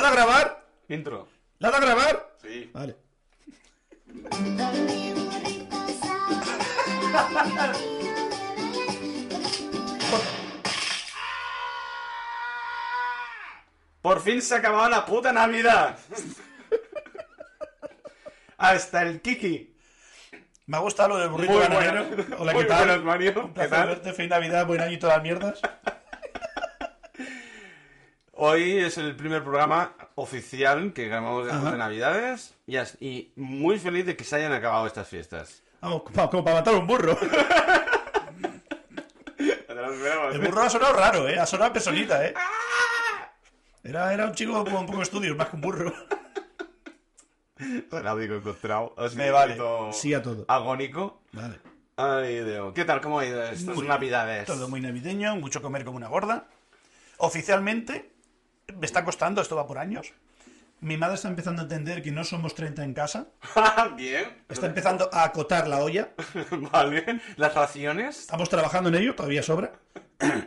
a grabar? Intro. ¿La vas a grabar? Sí. Vale. Por fin se ha acabado la puta Navidad. Hasta el Kiki. Me ha gustado lo del burrito Muy bananero. bueno. Hola, Muy ¿qué tal? buenas, Mario. Un ¿Qué placer tal? verte. Feliz Navidad, buen año y todas las mierdas. Hoy es el primer programa oficial que grabamos después Ajá. de Navidades y, as- y muy feliz de que se hayan acabado estas fiestas. Vamos, como, como para matar un burro. El burro ha sonado raro, ¿eh? Ha sonado a personita, ¿eh? Era, era un chico con poco estudios, más que un burro. El audio que he encontrado. ha sido Me un vale. poquito Sí a todo. Agónico. Vale. Ay, Dios. ¿Qué tal? ¿Cómo ha ido estas Muy- Navidades? Todo muy navideño, mucho comer como una gorda. Oficialmente, me está costando, esto va por años. Mi madre está empezando a entender que no somos 30 en casa. Bien. Está empezando a acotar la olla. Vale. Las raciones. Estamos trabajando en ello, todavía sobra.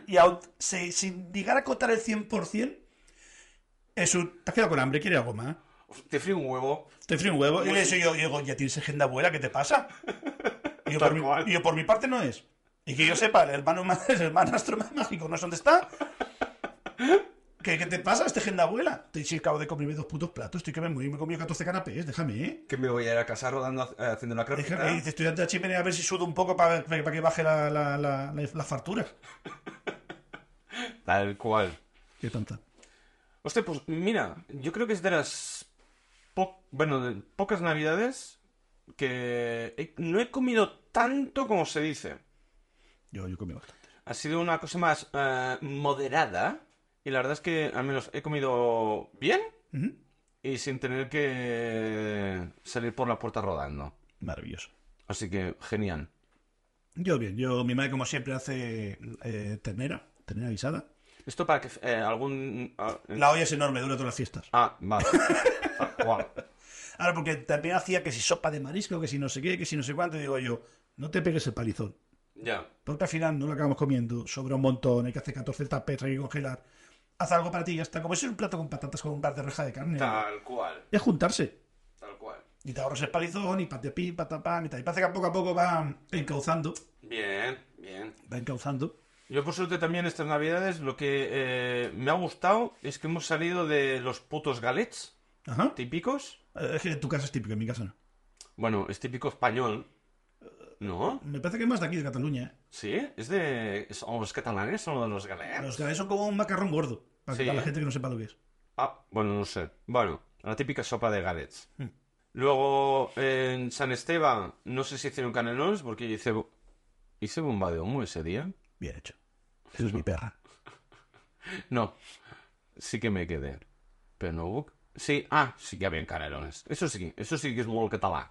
Y aún se- sin llegar a acotar el 100%, eso, te has quedado con hambre, quiere algo más. Te frío un huevo. Te frío un huevo. Y eso yo, yo digo, ya tienes agenda abuela, ¿qué te pasa? Y yo, por Tal mi, cual. y yo, por mi parte no es. Y que yo sepa, el hermano, ma- el hermanastro más mágico no es dónde está. ¿Qué, qué te pasa, este agenda abuela? Te si acabo de comerme dos putos platos, estoy que me muero, me he comido 14 canapés, déjame, ¿eh? Que me voy a ir a casa rodando, eh, haciendo una croqueta. Déjame, dice, estoy ante la chimenea a ver si sudo un poco para, para que baje la, la, la, la- la fartura. Tal cual. Qué tanta. Hostia, pues mira, yo creo que es de las po- bueno, de pocas navidades que he- no he comido tanto como se dice. Yo, yo comí bastante. Ha sido una cosa más eh, moderada y la verdad es que al menos he comido bien Ujú. y sin tener que salir por la puerta rodando. Maravilloso. Así que genial. Yo bien, yo, mi madre como siempre hace eh, ternera, ternera guisada. Esto para que eh, algún... ah, eh, La olla es enorme, dura todas las fiestas. Ah, vale. Guau. Ahora, porque también hacía que si sopa de marisco, que si no sé qué, que si no sé cuánto, y digo yo, no te pegues el palizón. Ya. Porque al final no lo acabamos comiendo, sobra un montón, hay que hacer 14 tapes, hay que congelar. Haz algo para ti y ya está. Como si es un plato con patatas con un par de reja de carne. Tal cual. Es juntarse. Tal cual. Y te ahorras el palizón, y pate pi, patapam, y tal. Y parece que poco a poco va encauzando. Bien, bien. Va encauzando. Yo por suerte también estas navidades lo que eh, me ha gustado es que hemos salido de los putos galets Ajá. típicos. Eh, Es que en tu casa es típico, en mi casa no. Bueno, es típico español. ¿No? Me parece que es más de aquí, de Cataluña. ¿eh? ¿Sí? ¿Es de... son los catalanes son de los galets? Los galés son como un macarrón gordo. Para, Sí. para la gente que no sepa lo que es. Ah, bueno, no sé. Bueno, la típica sopa de galets. Hmm. Luego en San Esteban no sé si hicieron canelones porque hice... bo- ¿Hice bomba de humo ese día? Bien hecho. Eso es mi perra. No, sí que me quedé. Pero no hubo... Sí, ah, sí que había canelones. Eso sí, eso sí que es muy catalán.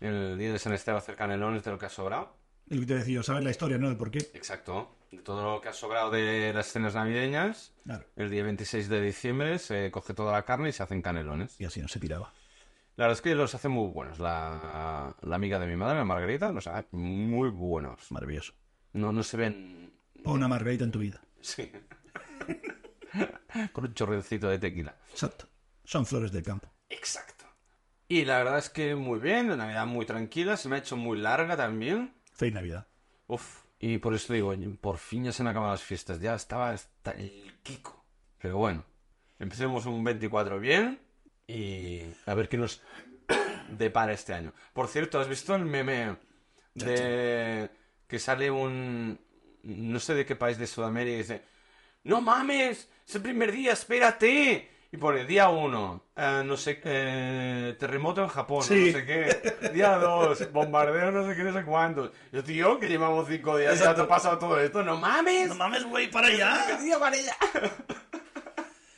El día de San Esteban hacer canelones de lo que ha sobrado. Lo que te decía, sabes la historia, ¿no? De por qué. Exacto. De todo lo que ha sobrado de las cenas navideñas, Claro. el día 26 de diciembre se coge toda la carne y se hacen canelones. Y así no se tiraba. La verdad es que los hace muy buenos. La, la amiga de mi madre, la Margarita, los hace muy buenos. Maravilloso. No, no se ven... Pon una margarita en tu vida. Sí. Con un chorrecito de tequila. Exacto. Son flores del campo. Exacto. Y la verdad es que muy bien, la Navidad muy tranquila, se me ha hecho muy larga también. Feliz Navidad. Uf. Y por eso digo, por fin ya se han acabado las fiestas, ya estaba hasta el Kiko. Pero bueno, empecemos un 24 bien y a ver qué nos depara este año. Por cierto, ¿has visto el meme de que sale un... no sé de qué país de Sudamérica y dice, no mames, es el primer día, espérate. Y pone día 1, no sé, eh, terremoto en Japón, Sí. no sé qué. Día 2, bombardeo, no sé qué, no sé cuántos. Yo, tío, que llevamos 5 días, ya te Exacto. ha pasado todo esto, no mames. mames, güey, para allá. Día para allá.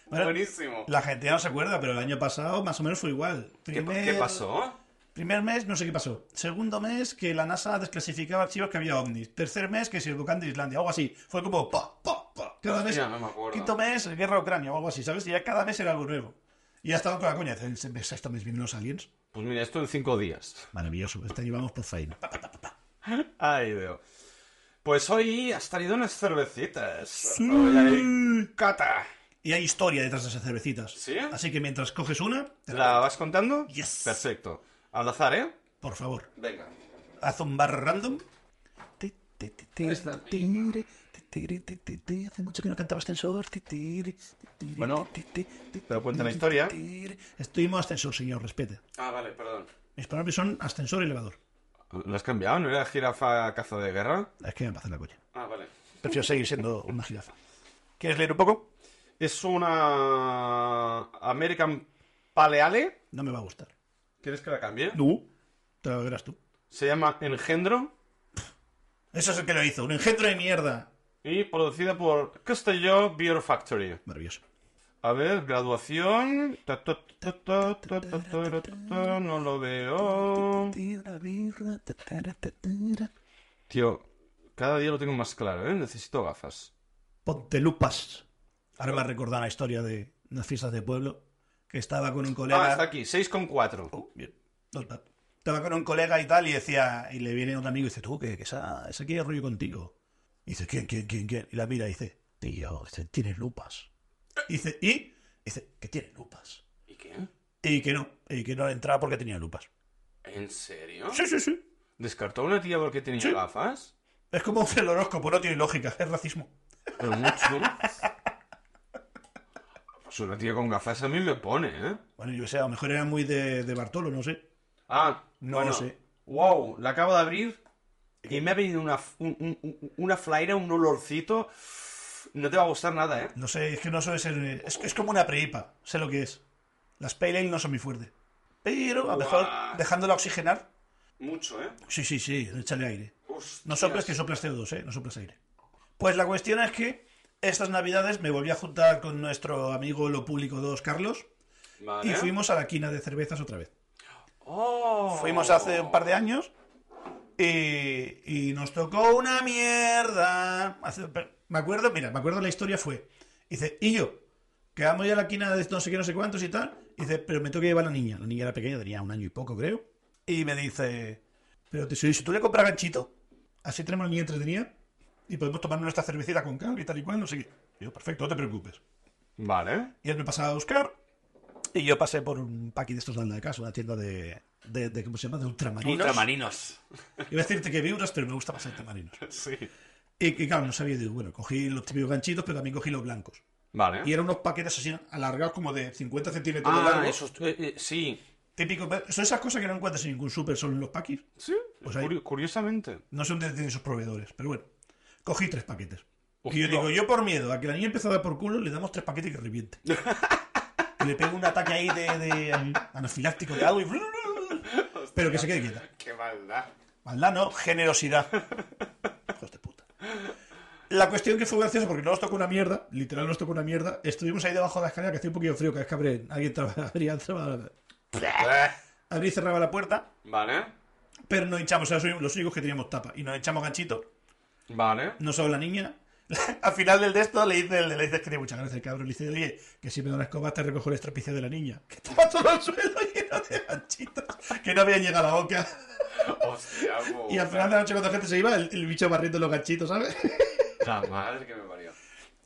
Buenísimo. La gente ya no se acuerda, pero el año pasado más o menos fue igual. ¿Qué, Primer- qué pasó? Primer mes, no sé qué pasó. Segundo mes, que la NASA desclasificaba archivos que había ovnis. Tercer mes, que si el volcán de Islandia, algo así. Fue como pa, pa, pa. Cada mes. Hostia, no me acuerdo. Quinto mes, guerra de Ucrania o algo así, ¿sabes? Y ya cada mes era algo nuevo. Y ya estaban con la coña. Este mes, este mes vienen los aliens. Pues mira, esto en 5 días. Maravilloso. Este llevamos por faena. Ay, veo. Pues hoy has traído unas cervecitas. Sí. Hoy hay Cata. Y hay historia detrás de esas cervecitas. ¿Sí? Así que mientras coges una, te la- ¿La vas contando? Yes. Perfecto. Al azar, ¿eh? por favor, Venga. haz un bar random. Hace mucho que no cantaba ascensor. Bueno, te lo cuento la historia. Estuvimos ascensor, señor, respete. Ah, vale, perdón. Mis palabras son ascensor y elevador. ¿Lo has cambiado? ¿No era jirafa caza de guerra? Es que me pasa la coña. Ah, vale. Prefiero seguir siendo una jirafa. ¿Quieres leer un poco? Es una American Paleale. No me va a gustar. ¿Quieres que la cambie? No. Te lo verás tú. Se llama Engendro Eso es el que lo hizo. Un engendro de mierda. y producida por Castelló Beer Factory. Maravilloso. A ver, graduación. Ta, ta, ta, ta, ta, ta, ta, ta, ta, No lo veo. Tío, cada día lo tengo más claro, ¿eh? Necesito gafas. Ponte lupas. Ahora me ha recordado la historia de unas fiestas de pueblo que estaba con un colega. Ah, está aquí, 6,4. Oh, bien. No es bad. Estaba con un colega y tal, y decía, y le viene otro amigo y dice, tú, que, que esa, esa quiere rollo contigo. Y dice, ¿quién, quién, quién, quién? Y la mira y dice, tío, dice, tienes lupas. Y dice, ¿y? Dice, que tiene lupas. ¿Y qué? Y que no, y que no entraba porque tenía lupas. ¿En serio? Sí, sí, sí. ¿Descartó a una tía porque tenía Sí. gafas? Es como el horóscopo, no tiene lógica, es racismo. Pero mucho. Pues una tía con gafas a mí me pone, ¿eh? Bueno, yo sé, a lo mejor era muy de, de Bartolo, no sé. Ah, No bueno. lo sé. Wow, la acabo de abrir y me ha venido una, un- un- un- una flaira, un olorcito. No te va a gustar nada, ¿eh? No sé, es que no suele ser. eh, Es, es como una preipa, sé lo que es. Las pale ale no son muy fuertes. Pero a lo mejor Guau. dejándola oxigenar. Mucho, ¿eh? Sí, sí, sí, échale aire. No soplas que soplas CO2, ¿eh? No soplas aire. Pues la cuestión es que estas navidades me volví a juntar con nuestro amigo Lo Público 2, Carlos, y fuimos a la quina de cervezas otra vez. Oh. Fuimos hace un par de años y, y nos tocó una mierda. Hace- me acuerdo, mira, me acuerdo la historia fue. Dice, y yo, quedamos ya a la quina de no sé qué, no sé cuántos y tal. Dice, pero me tengo que llevar a la niña. La niña era pequeña, tenía un año y poco, creo. Y me dice, pero te si tú le compras ganchito, así tenemos a la niña entretenida y podemos tomar nuestra cervecita con cal y tal y cual, no sé qué. Y Yo, perfecto, no te preocupes. Vale. Y él me pasaba a buscar. Y yo pasé por un paqui de estos de la de casa, una tienda de, de, de- ¿Cómo se llama? De ultramarinos. Ultramarinos. Iba a decirte que viuras, pero me gusta más ultramarinos. Sí. Y, y claro, no sabía. Digo, bueno, cogí los típicos ganchitos, pero también cogí los blancos. Vale. Y eran unos paquetes así alargados, como de 50 centímetros de Ah, largo. eso es- eh, eh, sí. Típico, son esas cosas que no encuentras en ningún súper, solo en los paquis. Sí. Pues ahí- Curio- curiosamente. No sé dónde tienen sus proveedores, pero bueno. Cogí tres paquetes. Y Hostia. yo digo, yo por miedo a que la niña empiece a dar por culo, le damos tres paquetes y que reviente. Y le pego un ataque ahí de, de anafiláctico de algo y... Pero que se quede quieta. Qué maldad. Maldad no, generosidad. Hijos de puta. La cuestión que fue graciosa porque no nos tocó una mierda, literal nos tocó una mierda. Estuvimos ahí debajo de la escalera que hacía un poquito de frío, cada vez que abre, alguien traba- abría, traba- abría y cerraba la puerta, Vale. pero nos hinchamos, éramos los únicos que teníamos tapa. Y nos echamos ganchitos, Vale. no solo la niña. Al final del de esto le dice, el- le dice que tiene muchas gracias, cabrón. Le dice, oye, que si me da una escoba te recojo el estropicio de la niña. Que estaba todo el suelo lleno de ganchitos, que no habían llegado a la boca. Hostia, Y al final de la noche cuando la gente se iba, el, el bicho barriendo los ganchitos, ¿sabes? La madre que me parió.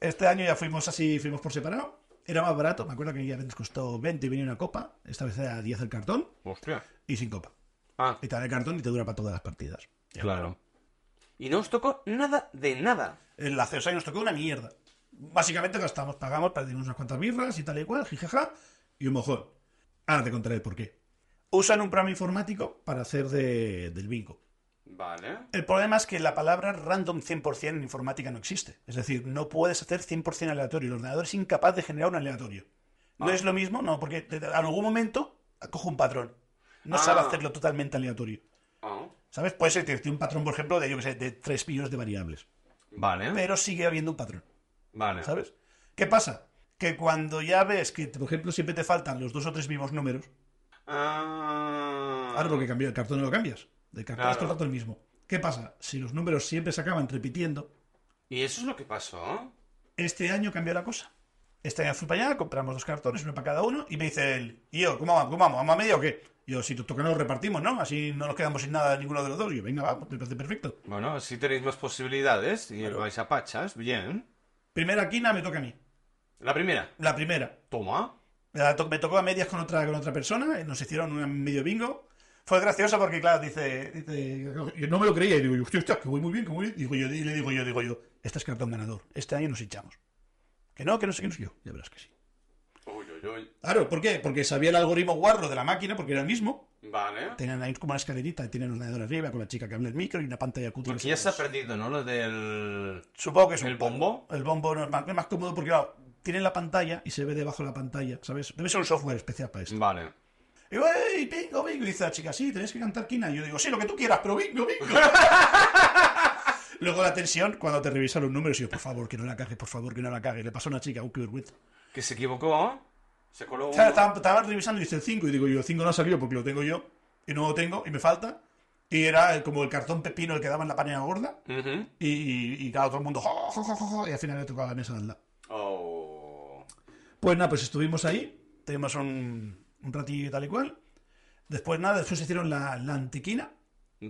Este año ya fuimos así, fuimos por separado. Era más barato, me acuerdo que ya nos costó 20 y venía una copa. Esta vez era 10 el cartón Hostia. y sin copa. Ah, Y te da el cartón y te dura para todas las partidas. claro. Y no os tocó nada de nada. En la CEOSA nos tocó una mierda. Básicamente gastamos, pagamos, perdimos unas cuantas birras y tal y cual, jijaja, y un mojón. Ahora te contaré el porqué. Usan un programa informático para hacer de- del bingo. Vale. El problema es que la palabra random 100% en informática no existe. Es decir, no puedes hacer 100% aleatorio. El ordenador es incapaz de generar un aleatorio. No Ah. es lo mismo, no, porque en algún momento coge un patrón. No Ah. sabe hacerlo totalmente aleatorio. Ah. ¿Sabes? Puede ser que tiene un patrón, por ejemplo, de, yo qué sé, de 3 millones de variables. Vale. Pero sigue habiendo un patrón, Vale. ¿sabes? ¿Qué pasa? Que cuando ya ves que, por ejemplo, siempre te faltan los dos o tres mismos números, Ah. Ahora porque cambió el cartón no lo cambias. El cartón es Claro. todo el rato el mismo. ¿Qué pasa? Si los números siempre se acaban repitiendo, Y eso es lo que pasó. este año cambió la cosa. Este año fui para allá, compramos dos cartones, uno para cada uno, y me dice él, y yo, ¿cómo vamos? ¿Cómo vamos? ¿Vamos a media o qué? Y yo, si te toca no lo repartimos, ¿no? Así no nos quedamos sin nada de ninguno de los dos. Y yo, venga, vamos, me parece perfecto. Bueno, si tenéis más posibilidades y vais a pachas, bien. Primera quina me toca a mí. La primera. La primera. Toma. La to- Me tocó a medias con otra, con otra persona, y nos hicieron un medio bingo. Fue gracioso porque, claro, dice, dice yo no me lo creía, y digo, hostia, hostia, que voy muy bien, que voy bien. Digo yo, y le digo yo, digo yo, esta es cartón ganador, este año nos hinchamos. Que no, que no sé quién soy yo, ya verás que sí. Uy, uy, uy. Claro, ¿por qué? Porque sabía el algoritmo guarro de la máquina, porque era el mismo. Vale. Tenían ahí como una escalerita, y tenían un ordenador arriba con la chica que habla el micro y una pantalla cutre. Porque ya se ha perdido, ¿no? Lo del. Supongo que es un ¿El bombo? El bombo no es más, es más cómodo porque, claro, tienen la pantalla y se ve debajo de la pantalla, ¿sabes? Debe ser un software especial para esto. Vale. Y digo, "Ey, bingo, bingo! Y dice la chica, sí, tenéis que cantar quina. Y yo digo, sí, lo que tú quieras, pero bingo, bingo. Luego la tensión, cuando te revisan los números, y yo, por favor, que no la cague, por favor, que no la cague. Le pasó a una chica, un qué vergüenza. Que se equivocó. Se coló O uno. sea, estaban, estaban revisando y dice el 5, y digo yo, el 5 no ha salido porque lo tengo yo, y no lo tengo, y me falta. Y era el- como el cartón pepino el que daba en la panera gorda. Ujú. Y, y, y claro, todo el mundo, "Jo, jo, jo, jo, jo", y al final le tocaba la mesa de al lado. Oh. Pues nada, pues estuvimos ahí, tuvimos un, un ratillo y tal y cual. Después nada, después hicieron la, la antiquina,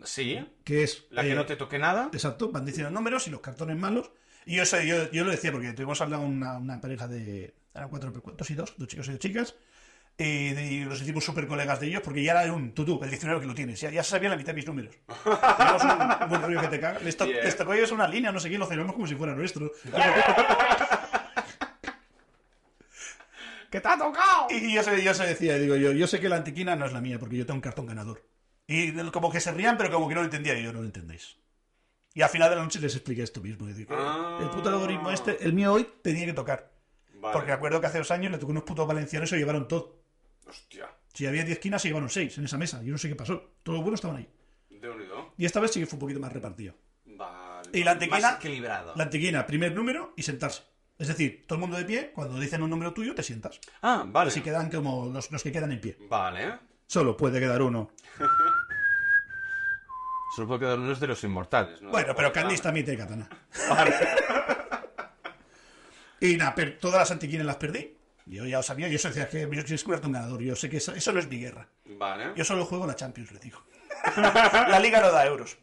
Sí. que es... La que eh, no te toque nada. Exacto, van diciendo números y los cartones malos. Y yo, soy- yo, yo lo decía porque tuvimos al lado una, una pareja de... Eran cuatro, dos y dos, dos chicos y dos chicas. Y, y los hicimos súper colegas de ellos porque ya era un tutú, el diccionario que lo tienes. Ya, ya sabía la mitad de mis números. Teníamos un, un buen rollo que te caga. Les, to- Bien. les tocó a ellos una línea, no sé qué, lo celebramos como si fuera nuestro. ¡Que te ha tocado! Y yo se, yo se decía, digo yo, yo sé que la antiquina no es la mía porque yo tengo un cartón ganador. Y del- como que se rían, pero como que no lo entendía y yo no lo entendéis. Y al final de la noche les expliqué esto mismo. y digo, Ah. El puto algoritmo este, el mío hoy tenía que tocar. Vale. Porque acuerdo que hace dos años le tocó unos putos valencianos y se lo llevaron todo. Hostia. Si había 10 quinas, se llevaron 6 en esa mesa. Yo no sé qué pasó. Todos los buenos estaban ahí. De unido. Y esta vez sí que fue un poquito más repartido. Vale. Y la antequera- Más equilibrado. La antiquina, primer número y sentarse. Es decir, todo el mundo de pie, cuando dicen un número tuyo, te sientas. Ah, vale. Así quedan como los, los que quedan en pie. Vale. Solo puede quedar uno. Solo puedo quedar uno de los inmortales, ¿no? Bueno, pero Porque Candice nada. también tiene katana. y nada, pero todas las antiquinas las perdí. Yo ya lo sabía, yo decía que yo he descubierto un ganador. Yo sé que eso, eso no es mi guerra. Vale. Yo solo juego la Champions, le digo. la liga no da euros.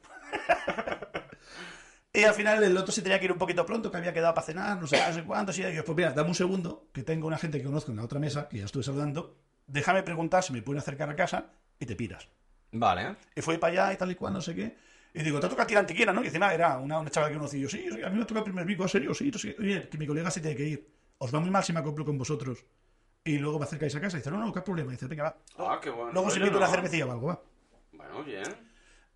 y al final el otro se tenía que ir un poquito pronto, que había quedado para cenar, no sé, qué, no sé cuántos. Y yo, pues mira, dame un segundo, que tengo una gente que conozco en la otra mesa, que ya estuve saludando. Déjame preguntar si me pueden acercar a casa y te piras. Vale. Y fue para allá y tal y cual, no sé qué. Y digo, te toca tirar antiquina, ¿no? Y encima era una, una chavala que conocí. Yo, sí, sí, a mí me toca el primer pico, ¿en serio? Sí, no sé qué. Oye, que mi colega se tiene que ir. Os va muy mal si me acoplo con vosotros. Y luego me acercáis a casa. Y dice, no, no, qué problema. Y dice, venga, va. Ah, qué bueno. Luego os Oye, invito una ¿no? cervecilla o algo, va. Bueno, bien.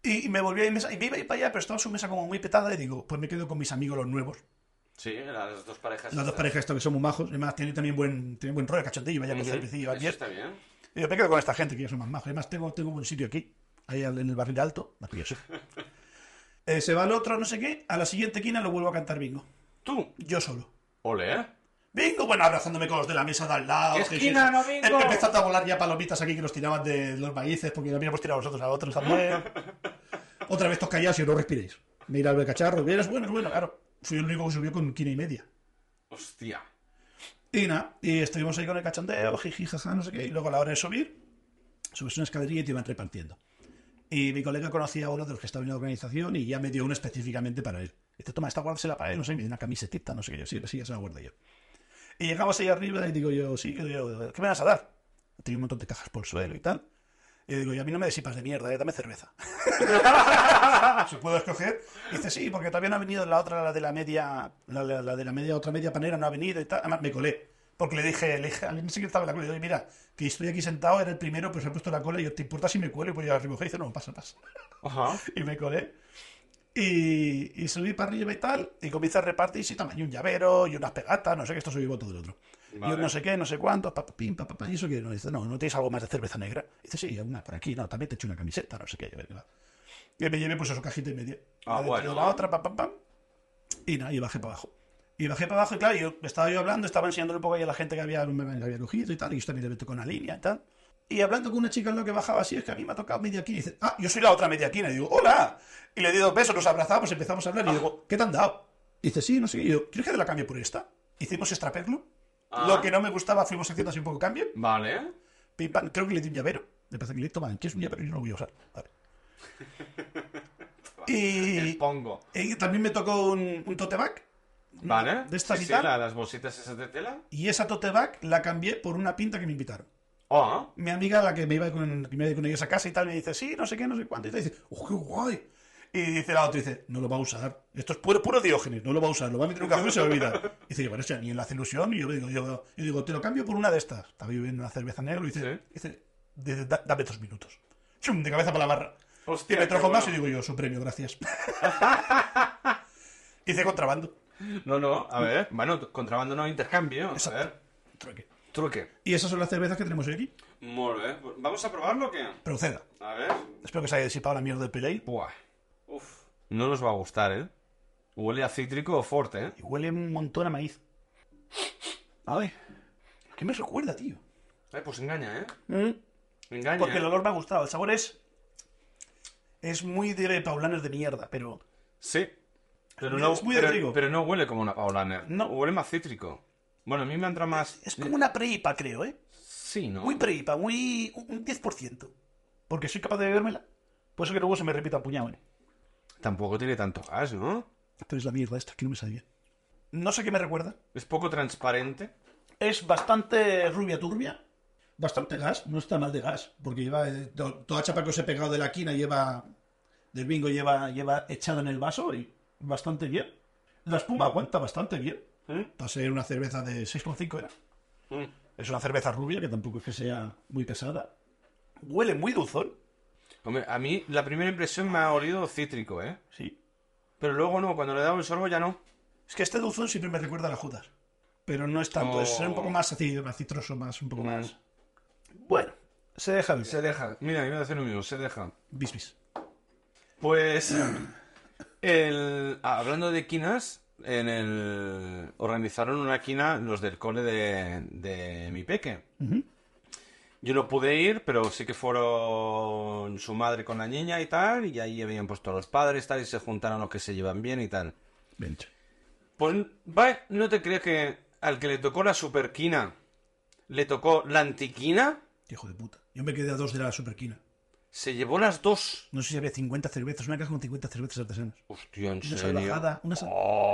Y, y me volví a mi mesa. Y me iba a ir para allá, pero estaba su mesa como muy petada. Y digo, pues me quedo con mis amigos los nuevos. Sí, las dos parejas. Las dos parejas estas que son muy majos. Además, tienen también buen, tienen buen rollo, cachondillo. Vaya con Ujú. cervecilla, va Eso bien. está bien. Y yo me quedo con esta gente que ya son más majos. Además, tengo, tengo un sitio aquí, ahí al- en el barril alto, maravilloso. Eh, se va el otro, no sé qué, a la siguiente quina lo vuelvo a cantar bingo. Tú. Yo solo. Ole, ¿eh? Bingo, bueno, abrazándome con los de la mesa de al lado. ¿Qué que esquina, sí, no sí. bingo? He empezado a volar ya palomitas aquí que nos tiraban de los maíces porque no habíamos tirado nosotros a otros también. Otra vez todos callados y no respiréis. Mira el cacharro, bien, es bueno, es bueno, claro. Fui el único que subió con quina y media. Hostia. Y nada, y estuvimos ahí con el cachondeo, jiji, jaja, no sé qué. Y luego a la hora de subir, subes una escalerilla y te iban repartiendo. Y mi colega conocía a uno de los que estaba en la organización y ya me dio una específicamente para él. Dice, toma, esta guárdasela para él, no sé, me dio una camisetita, no sé qué. Yo, sí, sí, ya se la guardé yo. Y llegamos ahí arriba y digo yo, sí, que yo, ¿qué me vas a dar? Tenía un montón de cajas por el suelo y tal. Y digo, y a mí no me desipas de mierda, eh, dame cerveza. ¿Se puedo escoger? Y dice, sí, porque todavía no ha venido la otra, la de la media, la, la- la de la media, otra media panera no ha venido y tal. Además me colé. Porque le dije, le dije, a mí no sé quién estaba en la cola. Y digo, mira, que estoy aquí sentado, era el primero, pero se ha puesto la cola y yo, ¿te importa si me cuelo? Y pues ya recogí y dice, no, pasa, pasa. Ajá. Y me colé. Y, y subí para arriba y tal, y comienza a repartir, sí, tamaño, un llavero y unas pegatas, no sé qué, esto soy voto del otro. Vale. Yo no sé qué, no sé cuánto, pa, pa, pim, pa, pa, pa, y eso que no dice, no, no tienes algo más de cerveza negra. dice, sí, una por aquí, no, también te echo una camiseta, no sé qué. yo, venga, va. Y me llevé pues a su cajita y media. Ah, la de- bueno. La otra, pam, pam, pam. Y nada, y bajé para abajo. Y bajé para abajo, y claro, yo estaba yo hablando, estaba enseñándole un poco ahí a la gente que había, me había cogido y tal, y yo también le tocó una línea y tal. Y hablando con una chica en lo que bajaba así, es que a mí me ha tocado media quina. Y dice, ah, yo soy la otra media quina. Y digo, hola. Y le di dos besos, nos abrazamos, empezamos a hablar. Y digo, ¿qué te han dado? Y dice, sí, no sé qué. Y yo, ¿quieres que te la cambie por esta? Hicimos extraperlo. Ah. Lo que no me gustaba, fuimos haciendo así un poco cambio. Vale. Pim, pam, creo que le di un llavero. Me parece que le toman, que es un llavero y no lo voy a usar. Vale. Y, El pongo. y también me tocó un, un tote bag Vale. de esta sí, sí, guitarra. la- las bolsitas esas de tela. Y esa tote bag la cambié por una pinta que me invitaron. Ah, Mi amiga, la que me iba con, que me iba con ellos a casa y tal, me dice, sí, no sé qué, no sé cuánto. Y te dice, ¡oh, qué guay! Y dice la otra, dice, no lo va a usar. Esto es puro, puro diógenes, no lo va a usar, lo va a meter en un cajón y se va a olvidar. Y dice, yo, bueno, o sea, ni en la hace ilusión. Y yo digo, yo, yo digo, te lo cambio por una de estas. Estaba bebiendo una cerveza negra y dice, Sí. dice, dice, "Da- dame dos minutos. ¡Chum! De cabeza para la barra. Y hostia. me qué trajo más y bueno. digo yo, su premio, gracias. Hice contrabando. No, no, a ver. Bueno, t- contrabando no, intercambio. A "Mm". Exacto. ver. Trueque. Truque. Y esas son las cervezas que tenemos hoy aquí. Molt bé. Vamos a probarlo o qué? Proceda. A ver. Espero que se haya disipado la mierda del Pale Ale. Buah. Uf. No nos va a gustar, ¿eh? Huele a cítrico fuerte, ¿eh? Y huele un montón a maíz. A ver. ¿Qué me recuerda, tío? Ay, pues engaña, ¿eh? Engaña. Porque ¿eh? el olor me ha gustado. El sabor es. Es muy de paulanes de mierda, pero. Sí. Pero Mira, no, es muy de pero, trigo. pero no huele como una paulaner. No. Huele más cítrico. Bueno, a mí me entra más... Es como una pre-IPA, creo, ¿eh? Sí, ¿no? Muy pre-IPA, muy. un 10%. Porque soy capaz de bebérmela. Por eso que luego se me repita un puñado, ¿eh? Tampoco tiene tanto gas, ¿no? Pero es la mierda esta, que no me sabía. No sé qué me recuerda. Es poco transparente. Es bastante rubia turbia. Bastante gas, no está mal de gas. Porque lleva. eh, to- toda chapa que os he pegado de la quina lleva. Del bingo lleva, lleva echado en el vaso y bastante bien. La espuma aguanta bastante bien. Va a ser una cerveza de 6,5 era. ¿Eh? Mm. ¿eh? Es una cerveza rubia que tampoco es que sea muy pesada. Huele muy dulzón. Hombre, a mí la primera impresión me ha olido cítrico, ¿eh? Sí. Pero luego no, cuando le he dado el sorbo ya no. Es que este dulzón siempre me recuerda a la Judas. Pero no es tanto, Oh. es un poco más así, más citroso, más, un poco Mm. más. Bueno, se deja bien. Se deja. Mira, iba a decir lo mismo, se deja. Bis, bis. Pues. El, ah, hablando de quinas, en el, organizaron una quina los del cole de, de mi peque. Yo no pude ir, pero sí que fueron su madre con la niña y tal, y ahí habían puesto a los padres tal, y se juntaron los que se llevan bien y tal. Bencho. Pues, va, ¿no te crees que al que le tocó la superquina le tocó la antiquina? Hijo de puta. Yo me quedé a dos de la superquina. Se llevó las dos. No sé si había 50 cervezas, una caja con 50 cervezas artesanas. Hostia, ¿en Una serio? Oh, salvajada, una sal-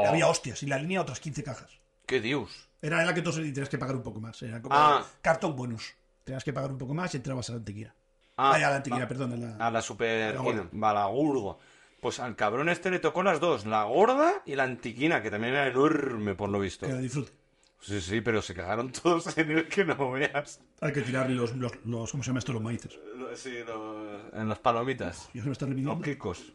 Había hostias y la línea otras 15 cajas. ¿Qué dios? Era la que tú tenías que pagar un poco más. Era como Ah. cartón bonus. Tenías que pagar un poco más y entrabas a la antiquera. Ah, Ay, a la antiquera, va- Ah, perdón. a la- A la super... La gorda. Va, la gurgo. Pues al cabrón este le tocó las dos, la gorda y la antiquina, que también era enorme por lo visto. Que la disfrute. Sí, sí, pero se cagaron todos en el que no veas. Hay que tirarle los, los, los- ¿Cómo se llama esto? Los maíces. Lo- Sí, lo- en las palomitas. Yo se me está Los repitiendo. quicos.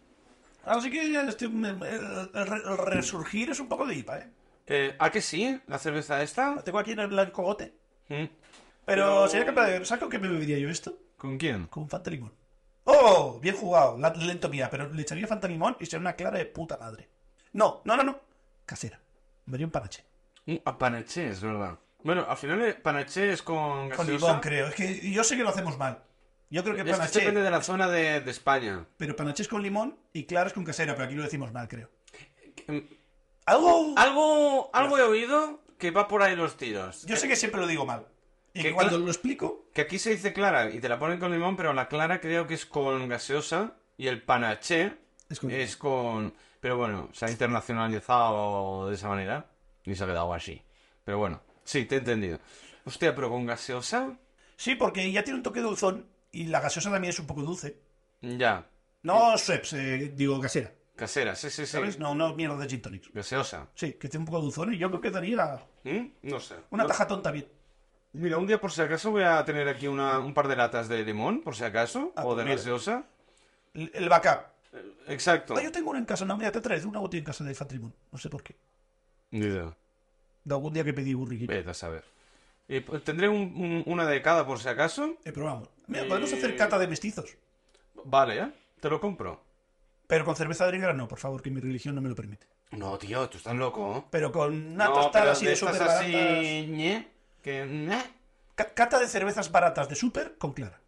Así que ya estoy- me- me- el, el- el resurgir es un poco de IPA, ¿eh? Eh, ¿A que sí? ¿La cerveza La esta? tengo aquí en el, el cogote. Mm. Pero sería capaz de. ¿Sabes con qué me bebería yo esto? ¿Con quién? Con Fanta Limón. ¡Oh! Bien jugado. La, lento mía, pero le echaría Fanta Limón y sería una clara de puta madre. No, no, no, no. Casera. Me haría un panache. Mm, A panaché, es verdad. Bueno, al final eh, panaché es Con con gaseosa. limón, creo. Es que yo sé que lo hacemos mal. Yo creo que Es que panache. depende de la zona de, de España. Pero panache es con limón y claro es con casera, pero aquí lo decimos mal, creo. Mm, ¡Algo! ah, Algo, algo he oído que va por ahí los tiros. Yo sé que siempre lo digo mal. Y Que que cuando cla- lo explico, Que aquí se dice clara y te la ponen con limón, pero la clara creo que es con gaseosa y el panaché Es con- es con... Pero bueno, se ha internacionalizado de esa manera y se ha quedado así. Pero bueno, sí, te he entendido. Hostia, pero con gaseosa... sí, porque ya tiene un toque dulzón y la gaseosa también es un poco dulce. Ya, No Schweppes, eh, digo casera. casera, sí, sí, sí. ¿Sabes? No, no mierda de gin tonics. Gaseosa. Sí, que tiene un poco dulzón y yo creo que daría ¿Mm? No sé. una No- taja tonta bien. Mira, un día por si acaso voy a tener aquí una- un par de latas de limón, por si acaso, Ah, o pues de mira. gaseosa. El, el backup. Exacto. Ah, yo tengo una en casa, no, mira, te traes una botella en casa de Fatrimon. No sé por qué. Ya. De algún día que pedí burriquín. Vete a saber. Y, pues, tendré un- un- una de cada por si acaso. Eh, probamos. Mira, podemos hacer cata de mestizos. Vale, ¿eh? Te lo compro. Pero con cerveza de negra no, por favor, que mi religión no me lo permite. No, tío, tú estás loco. Pero con una no, tostada pero así de estas súper así, baratas. ñe, que ñe. Ca- Cata de cervezas baratas de súper con clara.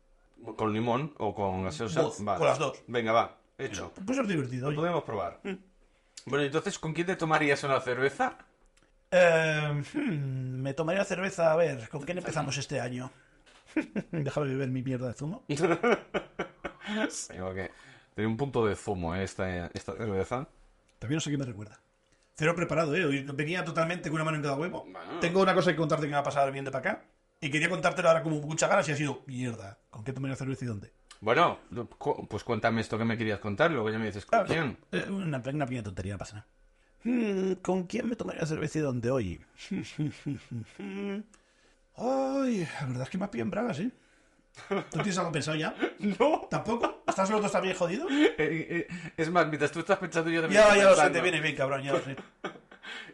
Con limón o con gaseosa. Voz, con las dos. Mm. Venga, va. Hecho. Pues es divertido, oye. Podemos probar. Bueno, entonces, ¿con quién te tomarías una cerveza? Eh, hmm, me tomaría cerveza, a ver, ¿con qué empezamos este año? Déjame beber mi mierda de zumo. Tengo que... Tiene un punto de zumo, ¿eh? Esta, esta cerveza. También no sé qué me recuerda. Cero preparado, ¿eh? Hoy Venía totalmente con una mano en cada huevo. Bueno. Tengo una cosa que contarte que me va a pasar bien de para acá. Y quería contártelo ahora como muchas ganas y ha sido mierda. ¿Con qué tomé la cerveza y dónde? Bueno, cu- pues cuéntame esto que me querías contar, luego ya me dices con quién. Eh, Una, pe- una pequeña tontería, no pasa nada. Mm, ¿Con quién me tomaré la cerveza y dónde hoy? Ay, la verdad es que me has pillado en bragas, ¿eh? ¿Tú tienes algo pensado ya? No. ¿Tampoco? ¿Estás los dos también jodidos? Eh, es más, mientras tú estás pensando yo también. Ya, estoy ya lo sé, pensando. te viene bien, cabrón, ya lo sé.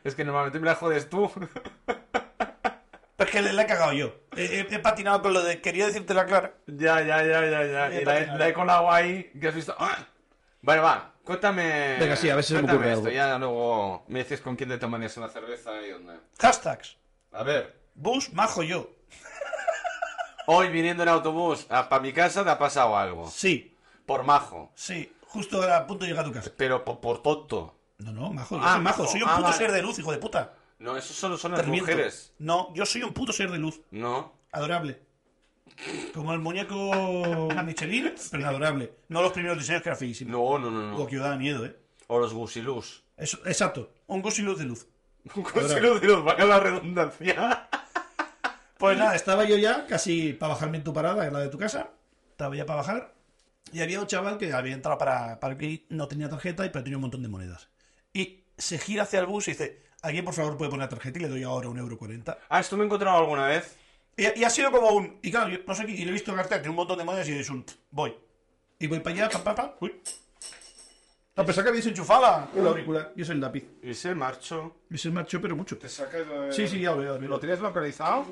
Es que normalmente me la jodes tú. Pero es que le, le he cagado yo. He, he- he patinado con lo de quería decirte la clara. ya, ya, ya, ya, ya. Y la, he- la he colado ahí, que has visto. ¡Ah! Vale, va, cuéntame. Venga, sí, a ver si se me ocurre cuéntame esto, algo. Ya luego me dices con quién te tomarías una cerveza y onda. Hashtags. A ver. Bus, majo yo. Hoy viniendo en autobús para mi casa te ha pasado algo. Sí, Por majo. sí. Justo ahora a punto de llegar a tu casa. Pero po- por, tonto. No, no, majo. Yo Ah, soy majo. majo. Soy un Ah, puto vale. ser de luz, hijo de puta. No, eso solo son las Te miento. mujeres. No, yo soy un puto ser de luz. No. Adorable. Como el muñeco Michelin, pero adorable. No los primeros diseños que era feísimo. No, no, no, Lo no. que yo daba miedo, ¿eh? O los gusilús. Eso, exacto. Un gus y luz de luz. Gusilús de los vaya la redundancia. Pues nada, estaba yo ya casi para bajarme en tu parada, en la de tu casa. Estaba ya para bajar. Y había un chaval que había entrado para, para que no tenía tarjeta y pero tenía un montón de monedas. Y se gira hacia el bus y dice, ¿alguien por favor puede poner la tarjeta? Y le doy ahora un euro cuarenta. Ah, esto me he encontrado alguna vez. Y, y ha sido como un... Y claro, yo no sé qué, y le he visto cartel, tiene un montón de monedas y es un... Voy. Y voy para allá, pa, pa, pa, uy. A pesar que habéis enchufado la- el auricular. Y es el lápiz. Y se marchó. Y se marchó, pero mucho. sacas Sí, sí, ya lo veo, ya lo veo. tienes localizado?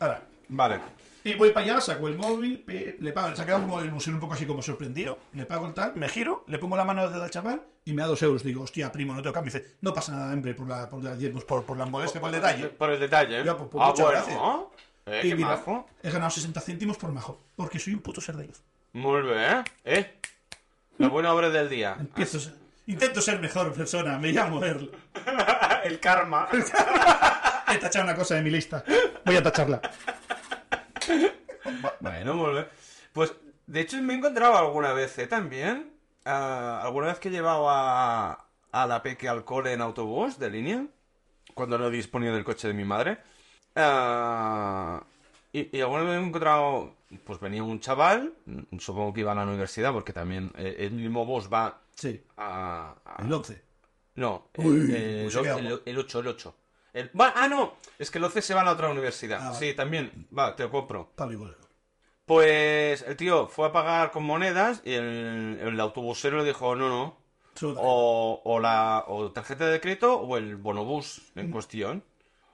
Ahora, Vale. Y voy para allá, saco el móvil, pe- le pago, se ha quedado como el museo un poco así como sorprendido, le pago el tal, me giro, le pongo la mano del chaval y me da dos euros. Digo, hostia, primo, no tengo cambio. Y Dice, no pasa nada, hombre, por la, por la, por, por la molestia, por el detalle. Por el detalle. Ya, pues, pues, ah, muchas bueno. Eh, Y qué mira, majo. he ganado 60 céntimos por majo, porque soy un puto ser de luz. Muy bien. Eh. La buena obra del día. Empiezo a ser- intento ser mejor persona, me llamo Earl. el karma. He tachado una cosa de mi lista, voy a tacharla. Bueno, muy bien. Pues, de hecho, me he encontrado alguna vez, ¿eh? También. Ah, alguna vez que llevaba a, a la peque al cole en autobús de línea, cuando no disponía del coche de mi madre. Ah, y, y alguna vez me he encontrado, pues venía un chaval, mm, supongo que iba a la universidad, porque también eh, el mismo bus va Sí, a... a- el 11. no, el- Uy, pues el, se queda 8, el 8, el 8. El- va- ah, no, es que el 11 se va a la otra universidad. Ah, vale. Sí, también, va, te lo compro. Pablo igual. Pues el tío fue a pagar con monedas y el, el autobusero le dijo no, no. Solo Oh, tarjeta. O, o la o tarjeta de crédito o el bonobús en cuestión.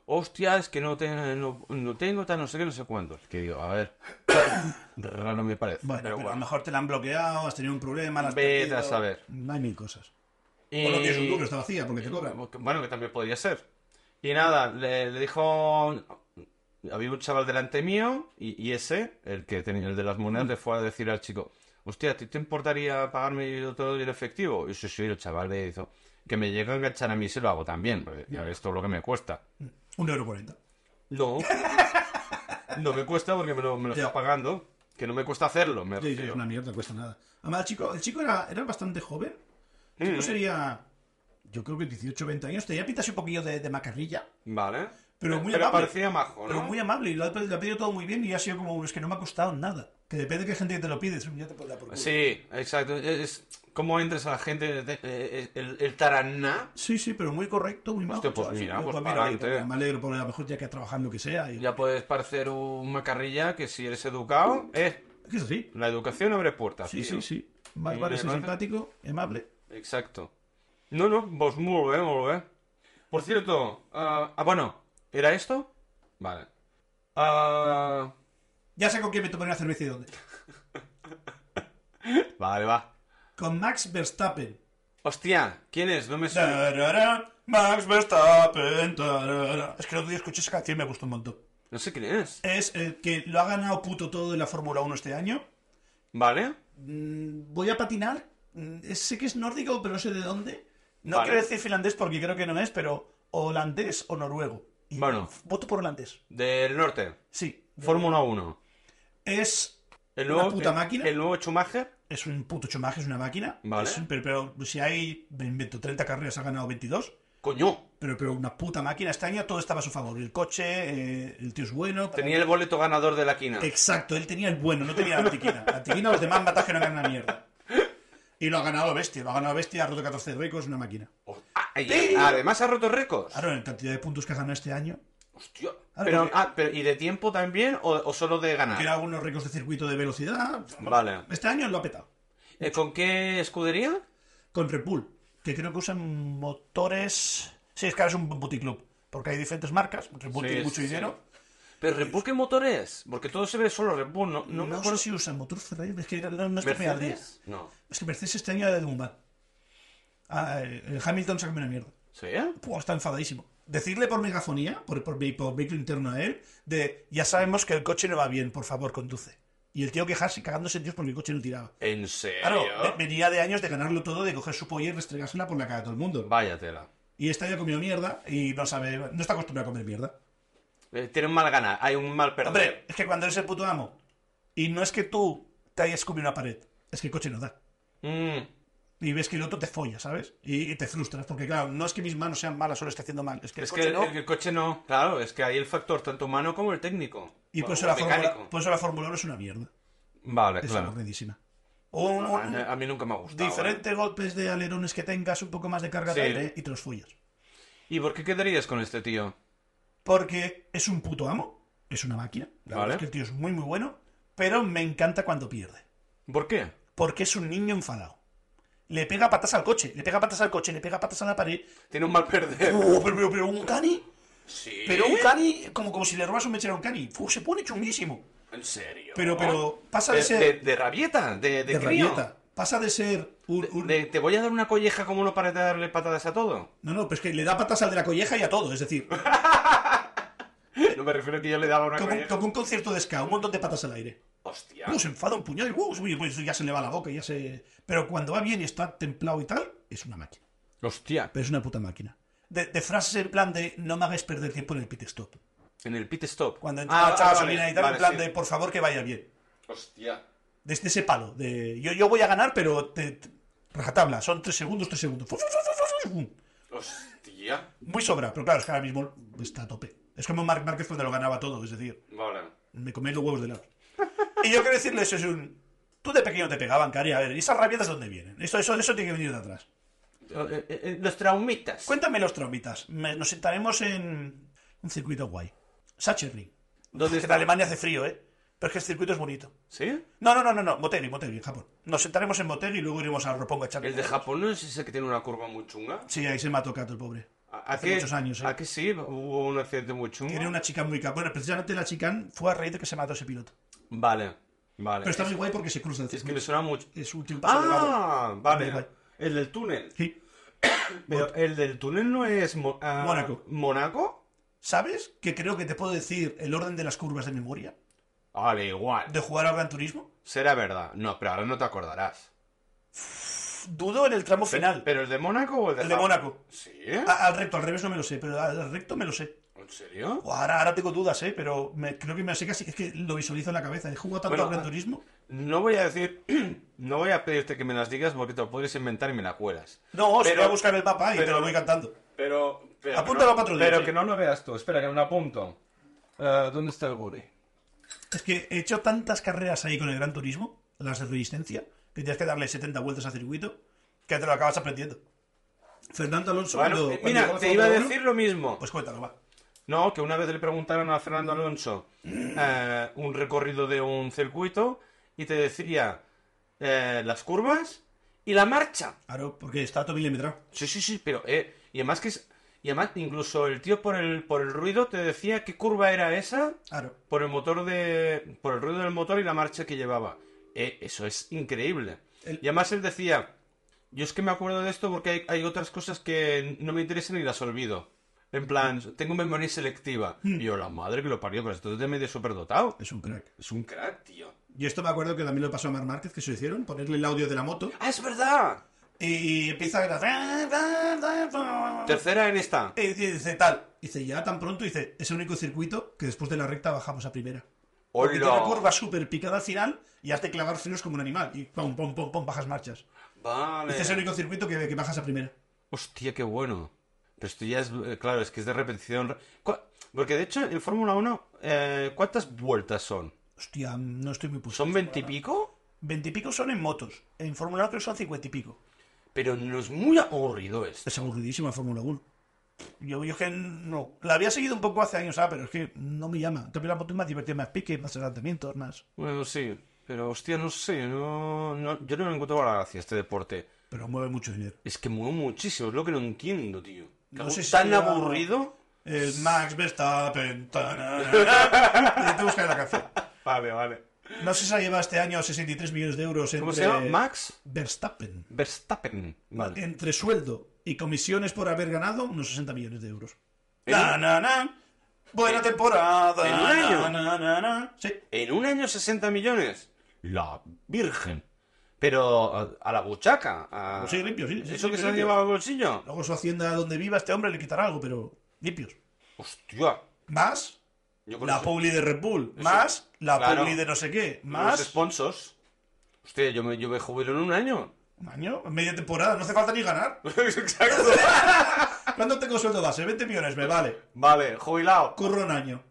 Hostia, es que no, ten- no, no tengo tan no sé qué, no sé cuándo. Que digo, a ver, raro me parece. Bueno, pero, pero a lo bueno. mejor te la han bloqueado, has tenido un problema, la has Vete a perdido. saber. Eh, Hay mil cosas. Y- O no tienes un duro, está vacía porque te cobran. Bueno, que también podría ser. Y Mm. nada, le, le dijo. Había un chaval delante mío y, y ese, el que tenía el de las Mm. monedas, le fue a decir al chico: Hostia, ¿a ti te importaría pagarme yo todo en efectivo? Y sí, sí, el chaval le hizo: Que me llega a enganchar a mí si lo hago también, porque ya ves todo lo que me cuesta. Un euro cuarenta. No, no me cuesta porque me lo, me lo Ya. está pagando. Que no me cuesta hacerlo, me Sí, sí, refiero. es una mierda, cuesta nada. Además, el chico, el chico era, era bastante joven. El chico sería, yo creo que 18 20 años. Tenía pinta así un poquillo de, de macarrilla, Vale. Pero muy amable. parecía majo, ¿no? pero muy amable. Y lo ha, lo ha pedido todo muy bien y ha sido como, es que no me ha costado nada. Que depende de qué gente te lo pides. Ya te puedes dar por culo. Sí, exacto. Es como entres a la gente, de- eh, el, el taraná. Sí, sí, pero muy correcto, muy majo. Hostia, pues chaval. mira, pues oye, pa'lante. me alegro por a lo mejor ya que ha trabajado en lo que sea. y- Ya puedes parecer un macarrilla que si eres educado, eh, ¿Qué es así? la educación abre puertas. Sí, sí, tío. sí. Más Y vale ser además- simpático, amable. Exacto. No, no, vos muy bien, muy bien. Por cierto, ah, ah, bueno, ¿era esto? Vale. Ah, Ya sé con quién me tomaré una cerveza y dónde. vale, va. Con Max Verstappen. Hostia, ¿quién es? No me suena. Tararara, Max Verstappen. tarara. Es que el otro día escuché esa canción y me gustó un montón. No sé quién es. Es eh, que lo ha ganado puto todo en la Fórmula 1 este año. Vale. Mm, Voy a patinar. Mm, es- Sé que es nórdico, pero no sé de dónde. No Vale. quiero decir finlandés porque creo que no es, pero holandés o noruego. Y Bueno. Voto por holandés. Del norte. Sí. Fórmula 1. Es El nuevo, puta el- máquina. El nuevo Schumacher. Es un puto chumaje, es una máquina. Vale. Es un- pero, pero si hay, me invento, 30 carreras, ha ganado 22. Coño. Pero, pero una puta máquina. Este año todo estaba a su favor. El coche, eh, el tío es bueno. para- Tenía el boleto ganador de la quina. Exacto, él tenía el bueno, no tenía la antiquina. La antiquina los demás matas que no ganan una mierda. Y lo ha ganado bestia, lo ha ganado bestia, ha roto 14 récords, una máquina. Ah, y- además ha roto récords. Claro, en cantidad de puntos que ha ganado este año, Hostia. Claro, Pero, porque- ah, pero- ¿Y de tiempo también o, o solo de ganar? tiene algunos récords de circuito de velocidad. Vale. Este año lo ha petado. Eh, ¿Con qué escudería? Con Red Bull, que creo que usan motores. Sí, es que ahora es un boutique club, porque hay diferentes marcas. Red Bull Sí, tiene sí, mucho sí. dinero. ¿Pero Red Bull qué motor es? Porque todo se ve solo Red Bull. No, no No, me sé acuerdo si usan motor Ferrari, es que no, no estoy muy al día. ¿Mercedes? No. Es que Mercedes este año ha dado un mal. Ah, el el Hamilton se ha comido una mierda. ¿Sí? Buah, está enfadadísimo. Decirle por megafonía, por, por, mi- por micro interno a él, de ya sabemos que el coche no va bien, por favor, conduce. Y el tío quejarse y cagándose en Dios porque el coche no tiraba. ¿En serio? Claro, ve- venía de años de ganarlo todo, de coger su polla y restregársela por la cara de todo el mundo. Vaya tela. Y este año ha comido mierda y no sabe, no está acostumbrado a comer mierda. Eh, Tienen mal ganar, hay un mal perder. Hombre, es que cuando eres el puto amo y no es que tú te hayas comido una pared, es que el coche no da. Mm, Y ves que el otro te folla, ¿sabes? Y, y te frustras, porque claro, no es que mis manos sean malas o lo esté haciendo mal, es que el es coche que el, no. el coche no. Claro, es que hay el factor tanto humano como el técnico. Y O- por eso, o la mecánico. fórmula, pues- por eso la Fórmula 1 es una mierda. Vale, Es claro. Ah, aburridísima. Un, un- A, a mí nunca me ha gustado. ¿eh? diferentes golpes de alerones que tengas, un poco más de carga de Sí. aire y te los follas. ¿eh? ¿Y por qué quedarías con este tío? Porque es un puto amo, es una máquina. La Vale. verdad es que el tío es muy, muy bueno, pero me encanta cuando pierde. ¿Por qué? Porque es un niño enfadado. Le pega patas al coche, le pega patas al coche, le pega patas a la pared. Tiene un mal perder. ¡Oh, pero, pero- pero un cani! Sí. Pero un cani, como, como si le robas un mechero a un cani. Fu, se pone chunguísimo. ¿En serio? Pero, pero pasa Ah, De, de ser. de- de rabieta, de, de, de crío. rabieta. Pasa de ser un- un, De- te voy a dar una colleja como no para de darle patadas a todo. No, no, pero es que le da patas al de la colleja y a todo. Es decir, No me refiero a que yo le daba una como, colleja. como un concierto de ska, un montón de patas al aire. Hostia. Uh, se enfada un puñado y uh, uy, pues ya se le va la boca, ya se... Pero cuando va bien y está templado y tal, es una máquina. Hostia. Pero es una puta máquina. De, de frases en plan de no me hagáis perder tiempo en el pit stop. En el pit stop. Ah, Cuando entra la gasolina y tal, en plan de sí. por favor que vaya bien. Hostia. Desde este, ese palo, de yo, yo voy a ganar, pero te, te- rajatabla, son tres segundos, tres segundos. Fu, fu, fu, fu, fu, fu. Hostia. Muy sobra, pero claro, es que ahora mismo está a tope. Es como Marc Márquez cuando lo ganaba todo, es decir, Vale. Me comí los huevos de lado. Y yo quiero decirles, es un... Tú de pequeño te pegaban, cari, a ver, ¿y esas rabietas dónde vienen? Eso, eso, eso tiene que venir de atrás. Eh, los traumitas. Cuéntame los trombitas. Me- nos sentaremos en un circuito guay. Sachsenring. ¿Dónde Donde en está? Alemania hace frío, ¿eh? Pero es que el circuito es bonito. ¿Sí? No, no, no, no, no. Motegi, Motegi, en Japón. Nos sentaremos en Motegi y luego iremos a Ropongo a echarle- ¿El de Japón no es ese que tiene una curva muy chunga? Sí, ahí se mató Kato, el pobre. ¿A, a Hace muchos años, ¿eh? ¿A que sí? Hubo un accidente muy chungo. Tiene una chica muy... ca- Bueno, precisamente la chica fue a raíz de que se mató ese piloto. Vale. Vale. Pero está muy guay porque se cruza. Es que me suena mucho. Es un tiempo elevado. Ah, vale. Vale. El del túnel. Sí. Pero el del túnel no es Mo- ah, Mónaco. ¿Mónaco? ¿Sabes que creo que te puedo decir el orden de las curvas de memoria? Vale, igual. ¿De jugar al Gran Turismo? Será verdad. No, pero ahora no te acordarás. Pff, Dudo en el tramo final. ¿Pero el de Mónaco o el de El de Japón? Mónaco. ¿Sí? ¿eh? A- al recto, al revés no me lo sé, pero al al recto me lo sé. ¿En serio? O Ahora, ahora tengo dudas, ¿eh? Pero me- creo que me lo sé casi. Es que lo visualizo en la cabeza. He jugado tanto Bueno, al Gran ah. Turismo. No voy a decir, no voy a pedirte que me las digas porque te lo puedes inventar y me la cuelas. No, se Pero- voy a buscar el mapa y te pero- lo voy cantando. Pero, pero Apúntalo no, para otro día, Pero sí. que no lo veas tú. Espera, que me lo apunto. Eh, ¿Dónde está el guri? Es que he hecho tantas carreras ahí con el Gran Turismo, las de resistencia, que tienes que darle 70 vueltas al circuito, que te lo acabas aprendiendo. Fernando Alonso, cuando- eh, cuando llegó mira, la te iba a Fórmula 1, decir lo mismo. Pues cuéntalo, va. No, que una vez le preguntaron a Fernando Alonso eh, un recorrido de un circuito y te decía eh, las curvas y la marcha. Claro, porque está todo milimetrado. Sí, sí, sí, pero eh, y además que es, y además incluso el tío por el por el ruido te decía qué curva era esa Claro. por el motor de por el ruido del motor y la marcha que llevaba. Eh, eso es increíble. El- Y además él decía, yo es que me acuerdo de esto porque hay, hay otras cosas que no me interesan y las olvido. En plan, tengo memoria selectiva. Hmm. Y yo, la madre que lo parió, pero esto te medio superdotado. Es un crack. Es un crack, tío. Y esto me acuerdo que también lo pasó a Mar Márquez, que se lo hicieron, ponerle el audio de la moto. ¡Ah, es verdad! Y empieza a gritar. Tercera en esta. Y dice, dice, tal. Dice, ya tan pronto, dice, es el único circuito que después de la recta bajamos a primera. Porque ¡Hola! tiene curva súper picada al final y has de clavar frenos como un animal. Y pum, pum, pum, pum, bajas marchas. Vale. Este es el único circuito que, que bajas a primera. Hostia, qué bueno. Pero esto ya es, eh, claro, es que es de repetición. Cu- Porque de hecho, en Fórmula 1, eh, ¿cuántas vueltas son? Hostia, no estoy muy puesto. ¿Son veintipico? Veintipico son en motos. En Fórmula 1 creo que son cincuenta y pico. Pero no es muy aburrido esto. Es aburridísima Fórmula 1. Yo, yo es que no. La había seguido un poco hace años, ah, pero es que no me llama. También la moto es más divertida, más pique, más adelantamientos, más. Bueno, sí. Pero hostia, no sé. No, no- yo no le encuentro la gracia a este deporte. Pero mueve mucho dinero. Es que mueve muchísimo, es lo que no entiendo, tío. No Algo sé si tan era- aburrido. El Max Verstappen. tanana. Y Te buscas la canción. Vale, vale. No sé si se ha llevado este año 63 millones de euros entre ¿Cómo se llama? Max Verstappen. Verstappen. Vale. Entre sueldo y comisiones por haber ganado, unos 60 millones de euros. ¿En- Tanana. Buena temporada. en un año? Tanana. Sí. En un año 60 millones. La Virgen. Pero a, a la buchaca. a- Pues Sí, limpio, sí, sí, ¿Eso sí, que sí, se ha limpio. llevado al bolsillo? Luego su hacienda donde viva este hombre le quitará algo, pero limpios. Hostia. Más Yo con la eso- publi de Red Bull, más la Claro. publi de no sé qué, con Los más sponsors. Hostia, yo me, yo me jubilo en un año. un año, media temporada, no hace falta ni ganar. Exacto. ¿Cuánto tengo sueldo base? 20 millones, me vale. Vale, jubilado. Curro un año.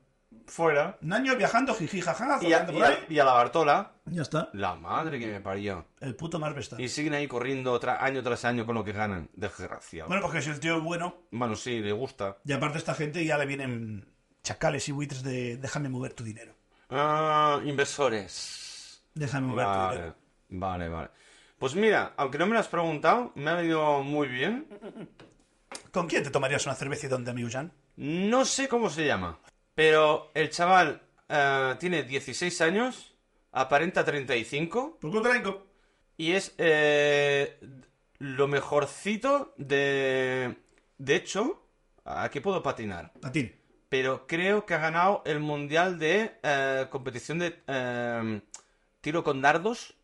Fuera. Un año viajando, jiji, jaja, Y a, zozando y por a- ahí. y a la Bartola. Ya está. La madre que me parió. El puto más besta. Y siguen ahí corriendo tra- año tras año con lo que ganan. Desgraciado. Bueno, Bueno, porque si el tío es bueno, sí, le gusta. y aparte a esta gente ya le vienen chacales y buitres de déjame mover tu dinero. Ah, inversores. Déjame mover tu Vale, dinero. vale, vale. Pues mira, aunque no me lo has preguntado, me ha venido muy bien. ¿Con quién te tomarías una cerveza y dónde, amigo Jan? No sé cómo se llama, pero el chaval eh, tiene 16 años, aparenta 35 Por culpa de Inco. y es eh, lo mejorcito de... De hecho, aquí puedo patinar, A ti. pero creo que ha ganado el mundial de eh, competición de eh, tiro con dardos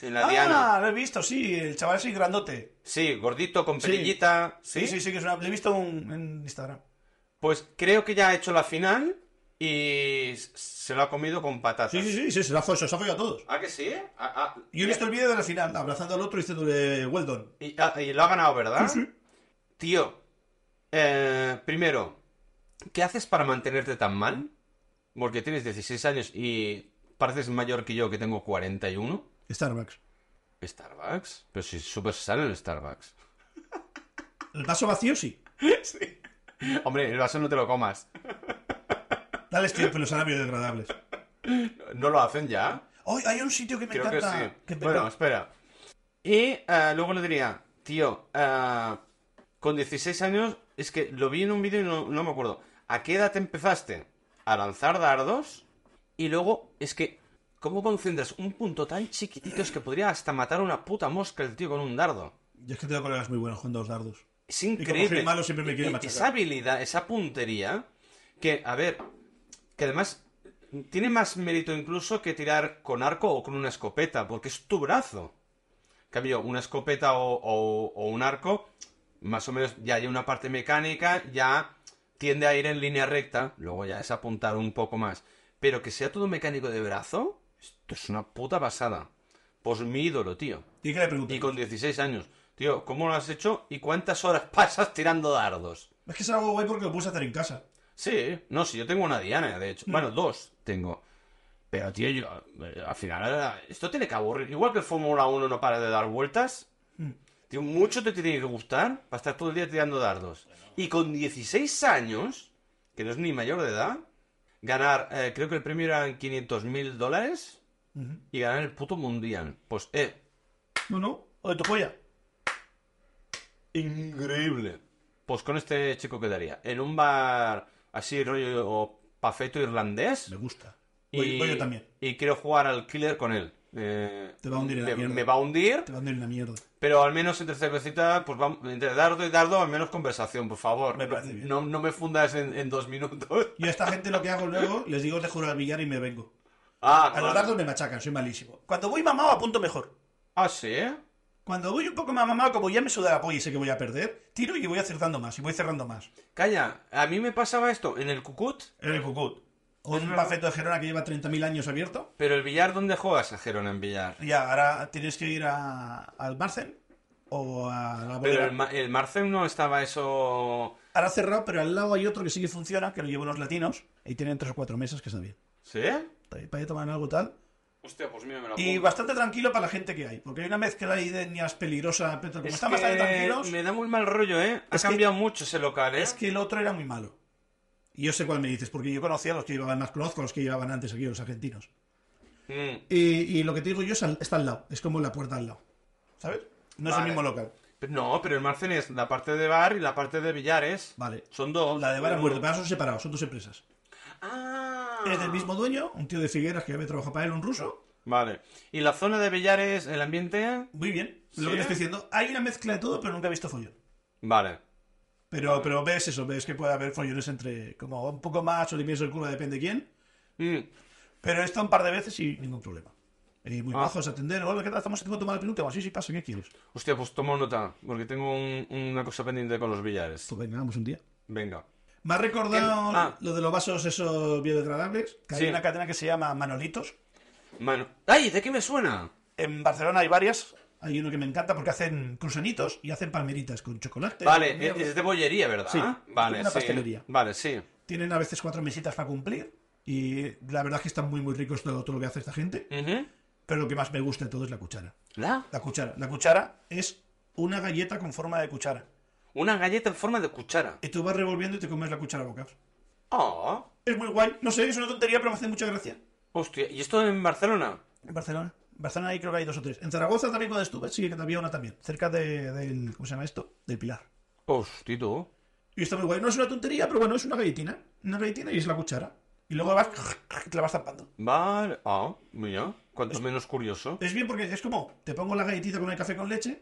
en la Diana. Ah, lo he visto, sí, el chaval así grandote. Sí, gordito, con Sí. perillita. Sí, sí, sí, que es una... Le he visto un- en Instagram. Pues creo que ya ha hecho la final y s- se lo ha comido con patatas. Sí, sí, sí, sí, se la fue, se os ha follado a todos. ¿Ah, que sí? Ah, ah, Yo he visto el vídeo de la final, abrazando al otro y diciéndole, well done. y, ah, y lo ha ganado, ¿verdad? Sí, sí. Tío, eh, primero, ¿qué haces para mantenerte tan mal? Porque tienes 16 años y pareces mayor que yo, que tengo 41. Starbucks. ¿Starbucks? Pero si es súper sano el Starbucks. El vaso vacío, sí. Sí. Hombre, el vaso no te lo comas. Dale tiempo, los hará biodegradables. ¿No lo hacen ya? Hoy hay un sitio que me Creo que encanta. sí. que me- Bueno, espera. Y eh, luego le diría, tío, eh, con 16 años, es que lo vi en un vídeo y no, no me acuerdo. ¿A qué edad empezaste a lanzar dardos? Y luego, es que, ¿cómo concentras un punto tan chiquitito? Es que podría hasta matar a una puta mosca el tío con un dardo. Yo es que tengo colegas muy buenos con dos dardos. Es como increíble. soy malo, siempre me quiere Y- y machacar. Esa habilidad, esa puntería, que, a ver, que además tiene más mérito incluso que tirar con arco o con una escopeta, porque es tu brazo. En Cambio, una escopeta o, o- o un arco, más o menos ya hay una parte mecánica, ya tiende a ir en línea recta, luego ya es apuntar un poco más. Pero que sea todo mecánico de brazo, esto es una puta pasada. Pues mi ídolo, tío. ¿Y qué le Y pregunté? con 16 años. Tío, ¿cómo lo has hecho y cuántas horas pasas tirando dardos? Es que es algo guay porque lo puedes hacer en casa. Sí, no, si yo tengo una diana, de hecho. Bueno, dos tengo. Pero, tío, yo, eh, al final, eh, esto tiene que aburrir. Igual que el Fórmula 1 no para de dar vueltas, tío, mucho te tiene que gustar para estar todo el día tirando dardos. Y con 16 años, que no es ni mayor de edad, ganar, eh, creo que el premio eran 500 mil dólares Ujú. y ganar el puto mundial. Pues, eh, No, no. O de tu polla. Increíble. Pues con este chico quedaría. En un bar así, rollo pafeto irlandés. Me gusta. Voy, voy yo también. Y quiero jugar al killer con él. Eh, Te va a hundir en la me, mierda. me va a hundir, Te van a ir una mierda. pero al menos entre cervecita, pues vamos, entre dardo y dardo, al menos conversación, por favor. Me parece bien. No, no me fundas en, en dos minutos. Yo a esta gente lo que hago luego, les digo, te juro al billar y me vengo. Ah, A los vale. dardos me machacan, soy malísimo. Cuando voy mamado, apunto mejor. Ah, sí. Cuando voy un poco más mamado, como ya me suda la polla y sé que voy a perder, tiro y voy acertando más, y voy cerrando más. Calla, a mí me pasaba esto en el cucut. En el cucut. O un bafeto de Gerona que lleva 30.000 años abierto. Pero el billar, ¿dónde juegas a Gerona en billar? Y ahora tienes que ir a- al Barcel o a la Pero bodega. el, ma- el Marcel no estaba eso... Ahora cerrado, pero al lado hay otro que sí que funciona, que lo llevan los latinos. Y tienen tres o cuatro mesas que están bien. ¿Sí? Está bien, Para ir a tomar algo tal. Hostia, pues mira, me lo Y apunto. bastante tranquilo para la gente que hay. Porque hay una mezcla ahí de etnias peligrosa. Pero como Es están que bastante tranquilos, Me da muy mal rollo, ¿eh? Ha Es que- cambiado mucho ese local, ¿eh? es que el otro era muy malo. Y yo sé cuál me dices, porque yo conocía a los que llevaban más, conozco a los que llevaban antes aquí, los argentinos. Mm. Y, y lo que te digo yo es al- está al lado, es como la puerta al lado. ¿Sabes? No es el Vale. mismo local. Pero No, pero el Marcel es la parte de bar y la parte de billares. Vale. Son dos. La de Vara Muerte, pero son separados, son dos empresas. Ah. Es del mismo dueño, un tío de Figueras que había trabajado para él, un ruso. Vale. ¿Y la zona de billares, el ambiente? Muy bien, lo ¿Sí? que te estoy diciendo. Hay una mezcla de todo, pero nunca he visto follón. Vale. Pero, pero ves eso, ves que puede haber follones entre como un poco más o limpios el culo, depende de quién. Mm. Pero he estado un par de veces y ningún problema. Y muy Ah. bajos, atender, hola, ¿qué tal? Estamos aquí para tomar el penúltimo. Sí, sí, paso, ¿qué quieres? Hostia, pues tomo nota, porque tengo un- una cosa pendiente con los billares. Esto, Pues venga, vamos un día. Venga. Me ha recordado ¿Qué? Ah. lo de los vasos esos biodegradables, que Sí. hay una cadena que se llama Manolitos. Mano. ¡Ay! ¿De qué me suena? En Barcelona hay varias. Hay uno que me encanta porque hacen cruzanitos y hacen palmeritas con chocolate. Vale, con es- mierda. es de bollería, ¿verdad? Sí, Vale, una sí. pastelería. Vale, sí. Tienen a veces cuatro mesitas para cumplir. Y la verdad es que están muy, muy ricos todo, todo lo que hace esta gente. Ujú. Pero lo que más me gusta de todo es la cuchara. ¿La? La cuchara. La cuchara es una galleta con forma de cuchara. Una galleta en forma de cuchara. Y tú vas revolviendo y te comes la cuchara a bocados. Oh. Es muy guay. No sé, es una tontería, pero me hace mucha gracia. Hostia, ¿y esto en Barcelona? En Barcelona. En Barcelona ahí creo que hay dos o tres. En Zaragoza también cuando estuve, sí que había una también. Cerca de, del... ¿Cómo se llama esto? Del Pilar. Hostia, tú. Y está muy guay. No es una tontería, pero bueno, es una galletina. Una galletina y es la cuchara. Y luego vas, te la vas zampando. Vale. Ah, mira. Cuanto menos curioso. Es bien porque es como, te pongo la galletita con el café con leche.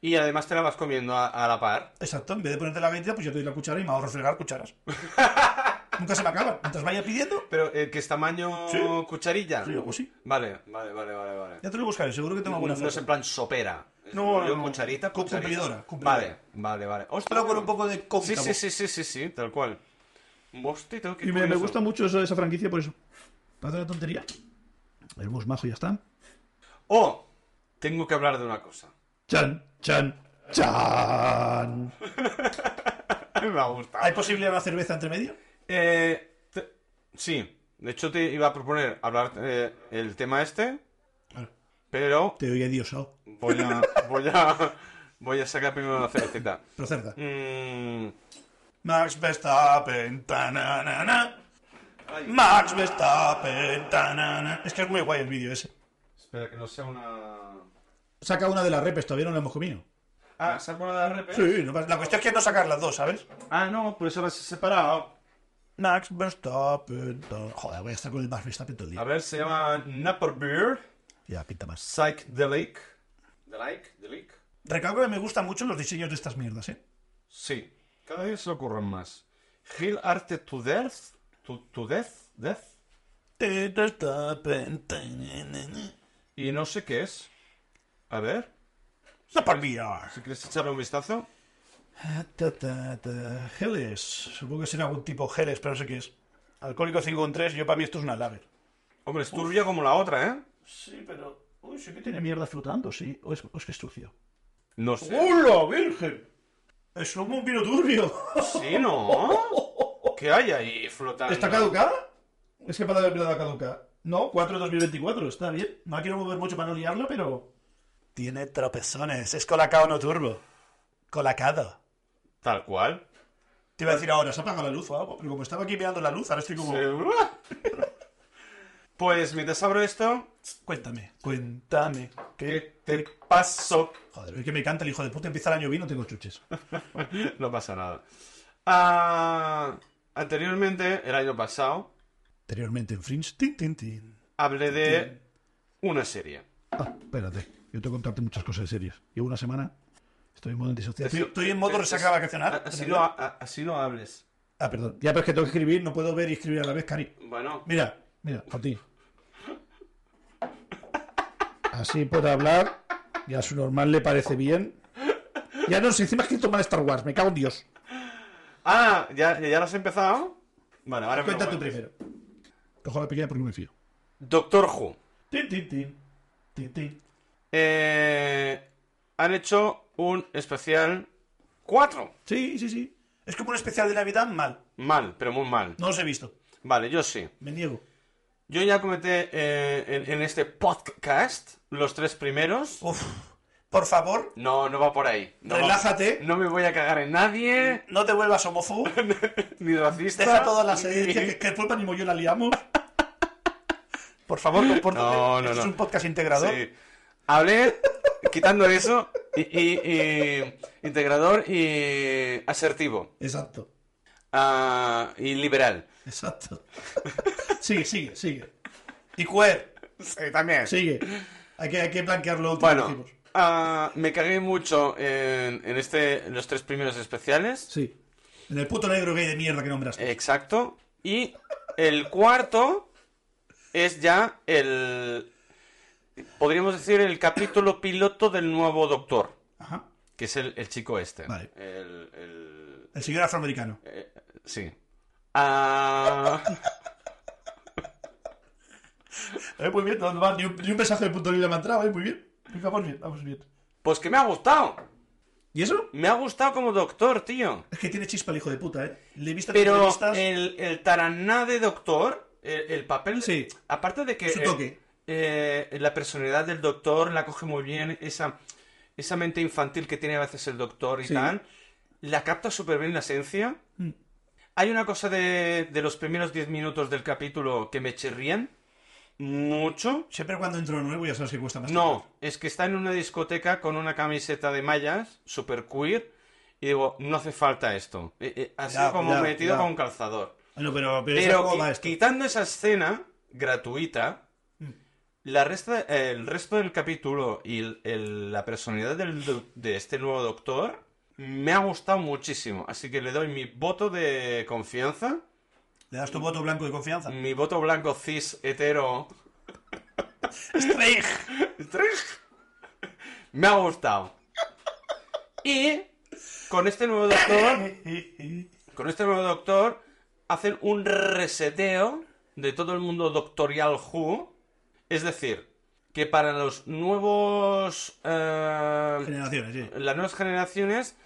Y además te la vas comiendo a, a la par. Exacto, en vez de ponerte la galletita, pues yo te doy la cuchara y me ahorro fregar cucharas. Nunca se me acaban. Mientras vaya pidiendo, Pero eh, que es tamaño Sí. cucharilla. sí, algo así. Vale, vale, vale, vale, vale. Ya te lo buscaré, seguro que tengo alguna No foto. es en plan sopera. Es No, no, rollo no. Cucharita, Cu- cucharita. cumplidora, cumplidora. Vale, vale, vale. Hostia, Pero con un poco de Sí, cóncavo. sí, sí, sí, sí, sí, tal cual. Hostia, tú, qué Y me, me curioso. gusta mucho eso, esa franquicia por eso. Para la tontería. El bus majo ya está. Oh, tengo que hablar de una cosa. Chan, chan, chan. Me ha gustado. ¿Hay posible una cerveza entre medio? Eh, te- sí, de hecho te iba a proponer hablar eh, el tema este, pero Te oía oh. diosao. voy a, voy a, voy a sacar primero la cervecita. Pero cerda. Mm, Max Verstappen, tananana. Max Verstappen, tananana. Es que es muy guay el vídeo ese. espera, que no sea una... Saca una de las repes, todavía no la hemos comido. Ah, ¿se ha puesto la RP? Sí, no pasa- la cuestión es que no sacar las dos, ¿sabes? Ah, no, por eso las he separado. Max Verstappen, tan- Joder, voy a estar con el Max Verstappen todo el A día. ver, se llama Napper Beer Ya, pinta más. Psychedelic. ¿Delic? ¿Delic? Recalco que me gustan mucho los diseños de estas mierdas, ¿eh? Sí, cada vez se lo ocurren más. Hill Arte to Death. To, to Death. Death. Te- Verstappen, tananana. Y no sé qué es. A ver, No por mirar. si quieres echarle un vistazo. Ta, ta, ta. Geles. Supongo que será algún tipo geles, pero no sé qué es. Alcohólico 5 en 3, yo para mí esto es una lager. Hombre, es turbia como la otra, ¿eh? Sí, pero. Uy, sí que tiene mierda flotando, sí. O es, o es que es sucio. No sé. ¡Hola, virgen! Es como un vino turbio. Sí, ¿no? ¿Qué hay ahí flotando? ¿Está caducada? Es que para la verdad caduca. No, 4 de 2024, está bien. No la quiero mover mucho para no liarla, pero. Tiene tropezones. Es colacao no turbo. Colacado. Tal cual. Te iba a decir ahora, se apaga la luz o algo, pero como estaba aquí mirando la luz, ahora estoy como. Pues mientras abro esto, Cuéntame, cuéntame. ¿qué te pasó? Joder, es que me encanta el hijo de puta. Empieza el año vino, tengo chuches. No pasa nada. Ah, anteriormente, el año pasado, Anteriormente en Fringe. Tin, tin, tin. hablé de una serie. Ah, espérate. Yo tengo que contarte muchas cosas de series. Llevo una semana. Estoy en modo antisocial. Así- Estoy, estoy en modo resaca vacacional. Así no, a- así no hables. Ah, perdón. Ya, pero es que tengo que escribir. No puedo ver y escribir a la vez, Cari. Bueno, Mira, mira, para ti. Así puedo hablar. Y a su normal le parece bien. Ya no sé, encima es que toma Star Wars. Me cago en Dios. Ah, ¿ya, ya lo has empezado? Bueno, ahora me lo Cuenta tú cuentas. primero. Cojo la pequeña porque me fío. Doctor Who. Tin, tin, tin. Tin, tin. Eh, han hecho un especial 4. Sí, sí, sí. Es como un especial de Navidad mal. Mal, pero muy mal. No los he visto. Vale, yo sí. Me niego. Yo ya comenté eh, en, en este podcast los tres primeros. Uf. Por favor, No, no va por ahí. No va- relájate. no me voy a cagar en nadie, No te vuelvas homófobo. ni racista. Deja todas las ni- series que, que el Pulpan y Moyo la liamos. Por favor, compórtate. No, no, Esto es no. un podcast integrador. Sí. Hablé, quitando eso, y, y- y integrador y asertivo Exacto, ah, y liberal. exacto. sigue, sigue, sigue. Y queer, Sí, también. sigue. Hay que, hay que blanquearlo. Bueno, ah, me cagué mucho en, en este, en los tres primeros especiales. Sí. En el puto negro gay de mierda que Eh. nombraste. Exacto. Y el cuarto es ya el. Podríamos decir el capítulo piloto del nuevo doctor, Ajá. que es el, el chico este. Vale. El- el, El señor afroamericano. Eh, sí. Ah, Eh, muy bien, no, va, ni, un, ni un mensaje de punto lila me ha entrado, eh, muy bien. Vamos bien, vamos bien. pues que me ha gustado. ¿Y eso? Me ha gustado como doctor, tío. Es que tiene chispa el hijo de puta, eh. Le he visto en Pero eh, entrevistas. el, el taraná de doctor, el, el papel... Sí. Aparte de que... Su toque. eh, eh, la personalidad del doctor la coge muy bien. Esa, esa mente infantil que tiene a veces el doctor y Sí. tal. La capta súper bien la esencia. Mm. Hay una cosa de, de los primeros 10 minutos del capítulo que me chirrían mucho. Siempre cuando entro nuevo ya sabes que cuesta más. No, es que está en una discoteca con una camiseta de mallas, super queer, y digo, no hace falta esto. Eh, eh, así Ya, como ya, metido ya. con calzador. Bueno, pero, pero, Pero ¿cómo qui- va esto? quitando esa escena gratuita, Mm. la resta- el resto del capítulo y el- el- la personalidad del do- de este nuevo doctor me ha gustado muchísimo. Así que le doy mi voto de confianza, Le das tu voto blanco de confianza. mi voto blanco cis hetero. Streich. Me ha gustado. Y con este nuevo doctor, con este nuevo doctor, hacen un reseteo de todo el mundo doctorial Who. Es decir, que para los nuevos. eh, Generaciones, sí. las nuevas generaciones,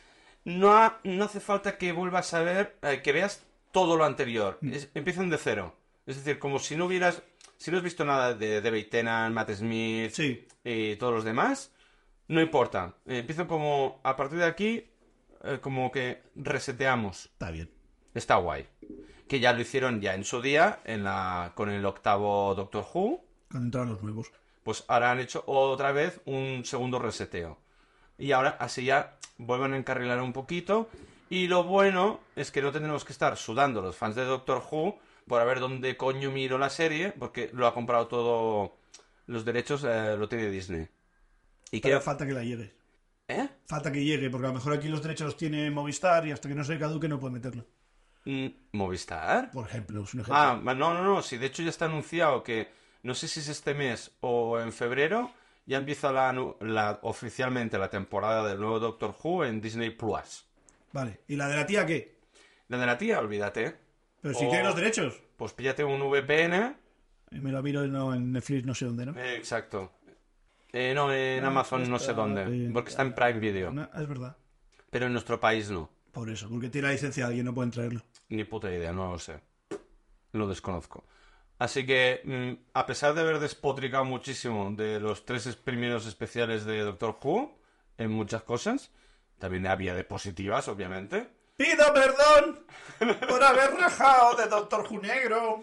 no, ha- no hace falta que vuelvas a ver, eh, que veas todo lo anterior. Es- empiezan de cero. Es decir, como si no hubieras. Si no has visto nada de David Tennant, Matt Smith, Sí. y todos los demás, no importa. Eh, Empiezo como a partir de aquí, eh, como que reseteamos. Está bien. Está guay. Que ya lo hicieron ya en su día, en la, con el octavo Doctor Who. Cuando entraron los nuevos. Pues ahora han hecho otra vez un segundo reseteo. Y ahora así ya vuelven a encarrilar un poquito. Y lo bueno es que no tendremos que estar sudando los fans de Doctor Who por a ver dónde coño miro la serie, porque lo ha comprado todo. Los derechos eh, lo tiene Disney. Y Pero creo. falta que la llegue. ¿Eh? Falta que llegue, porque a lo mejor aquí los derechos los tiene Movistar y hasta que no se caduque no puede meterlo. Mm, ¿Movistar? Por ejemplo, es un ejemplo. Ah, no, no, no. Sí, de hecho ya está anunciado que no sé si es este mes o en febrero. Ya empieza la, nu- la- oficialmente la temporada del nuevo Doctor Who en Disney Plus. Vale. ¿Y la de la tía qué? La de la tía, olvídate. Pero si Oh. tiene los derechos. Pues píllate un VPN. Y me lo miro en- no, en Netflix, no sé dónde, ¿no? eh, exacto. Eh, no, en Ah, Amazon no está sé dónde. bien. Porque está en Prime Video. No, Es verdad. Pero en nuestro país no. Por eso, porque tiene la licencia de alguien, no pueden traerlo. Ni puta idea, no lo sé. Lo desconozco. Así que, mm, a pesar de haber despotricado muchísimo de los tres es- primeros especiales de Doctor Who, en muchas cosas, también había de positivas, obviamente. ¡Pido perdón por haber rajado de Doctor Junegro!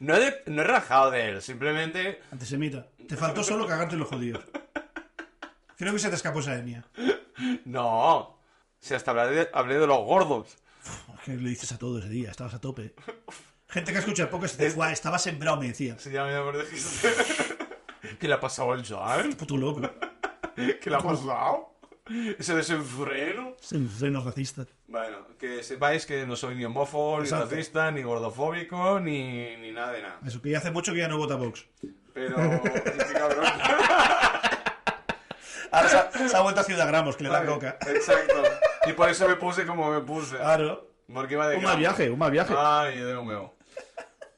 No he, de- no he rajado de él, simplemente Antisemita. Te faltó solo cagarte en los judíos. Creo que se te escapó esa etnia. no. Si hasta hablé de, hablé de los gordos. Es que le dices a todo ese día, estabas a tope. Gente que escucha el podcast dice, guau, estaba sembrado, me decías. Si ya me acordé que- ¿Qué le ha pasado al Joan? Puto loco. ¿Qué le ha pasado? Ese desenfreno. Frenos racistas. Bueno, que sepáis que no soy ni homófobo, ni Exacto. racista, ni gordofóbico, ni, ni nada de nada. Eso que ya hace mucho que ya no vota Vox. Pero, este cabrón. Ahora se ha, se ha vuelto a Ciudad Gramos, que le da coca. Exacto. Y por eso me puse como me puse. Claro. Porque iba de Un mal cara. viaje, un mal viaje. Ay, Dios mío.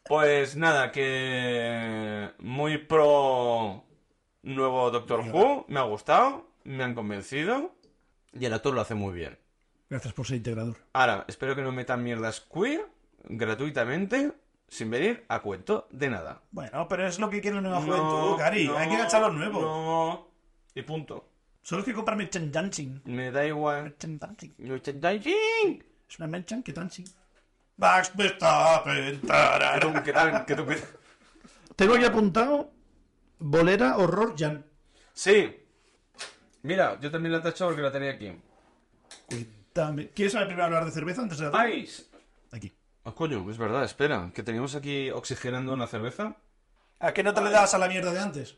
Pues nada, que muy pro nuevo Doctor Who, me ha gustado, me han convencido y el actor lo hace muy bien. Gracias por ser integrador. Ahora, espero que no metan mierdas queer gratuitamente sin venir a cuento de nada. Bueno, pero es lo que quiere la nueva No, juventud, Cari. no, Hay que enganchar a los nuevos. No. Y punto. Solo hay que comprar merchandising. Me da igual. Merchandising. ¡Merchandising! Es una merchan que dancing. Max Verstappen. tarara. ¿Qué tal? ¿Qué tú qué tal? Tengo aquí apuntado Bolera Horror Jan. Sí. Mira, yo también la he tachado porque la tenía aquí. Cuéntame. ¿Quieres saber primero hablar de cerveza antes de la otra? ¡Ice! Aquí. Ah, coño, es verdad, espera, que teníamos aquí oxigenando una cerveza. ¿A qué no te le das a la mierda de antes?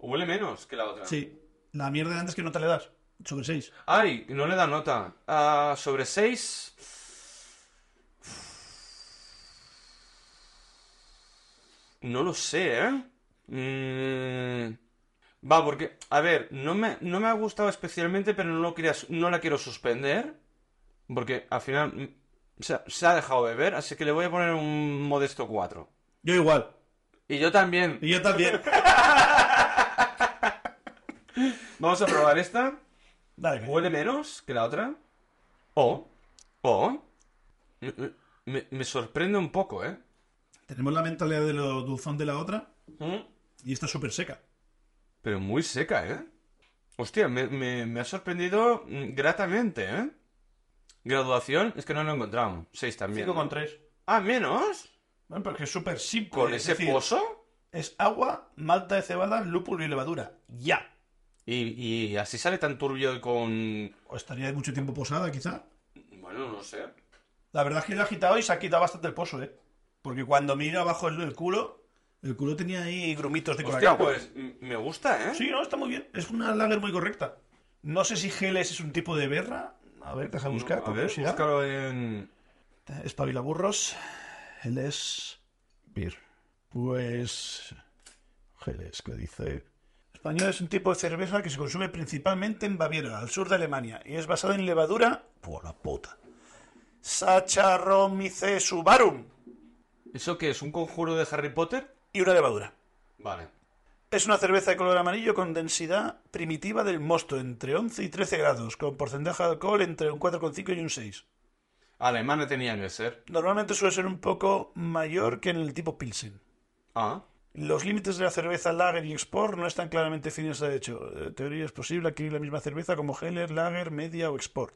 Huele menos que la otra. Sí. La mierda de antes que no te le das. Sobre 6. Ay, no le da nota. Ah, sobre 6. No lo sé, ¿eh? Mm, Va, porque, a ver, no me, no me ha gustado especialmente, pero no, lo quería, su- no la quiero suspender. Porque al final mm, se, ha- se ha dejado beber, así que le voy a poner un modesto 4. Yo igual. Y yo también. Y yo también. Vamos a probar esta. Dale, que- Huele menos que la otra. O. O. me- Me, me sorprende un poco, ¿eh? Tenemos la mentalidad de lo dulzón de la otra y esta es súper seca. Pero muy seca, ¿eh? Hostia, me, me- me ha sorprendido mm, gratamente, ¿eh? Graduación, es que no lo he encontrado. 6 también. ¿no? 3. Ah, menos. Bueno, pero es que es súper simple. Con es ese decir, pozo. Es agua, malta de cebada, lúpulo y levadura. Ya. Y, y así sale tan turbio y con. O estaría mucho tiempo posada, quizá. Bueno, no sé. La verdad es que lo ha agitado y se ha quitado bastante el pozo, ¿eh? Porque cuando miro abajo el, el culo, el culo tenía ahí grumitos de Hostia, colacao. pues m- me gusta, ¿eh? Sí, no, está muy bien. Es una lager muy correcta. No sé si Geles es un tipo de berra. A ver, deja de buscar. A por ver, curiosidad. búscalo en. Espabilaburros. Él es. Beer. Pues. Geles, que dice. Español es un tipo de cerveza que se consume principalmente en Baviera, al sur de Alemania, y es basada en levadura. Por la puta. Saccharomycesubarum. ¿Eso qué es? ¿Un conjuro de Harry Potter? Y una levadura. Vale. Es una cerveza de color amarillo con densidad primitiva del mosto entre 11 y 13 grados, con porcentaje de alcohol entre un 4,5 y un 6. Alemana tenía que ser. Normalmente suele ser un poco mayor que en el tipo Pilsen. Ah. Los límites de la cerveza lager y export no están claramente definidos. De hecho, en teoría es posible adquirir la misma cerveza como Heller, lager, media o export.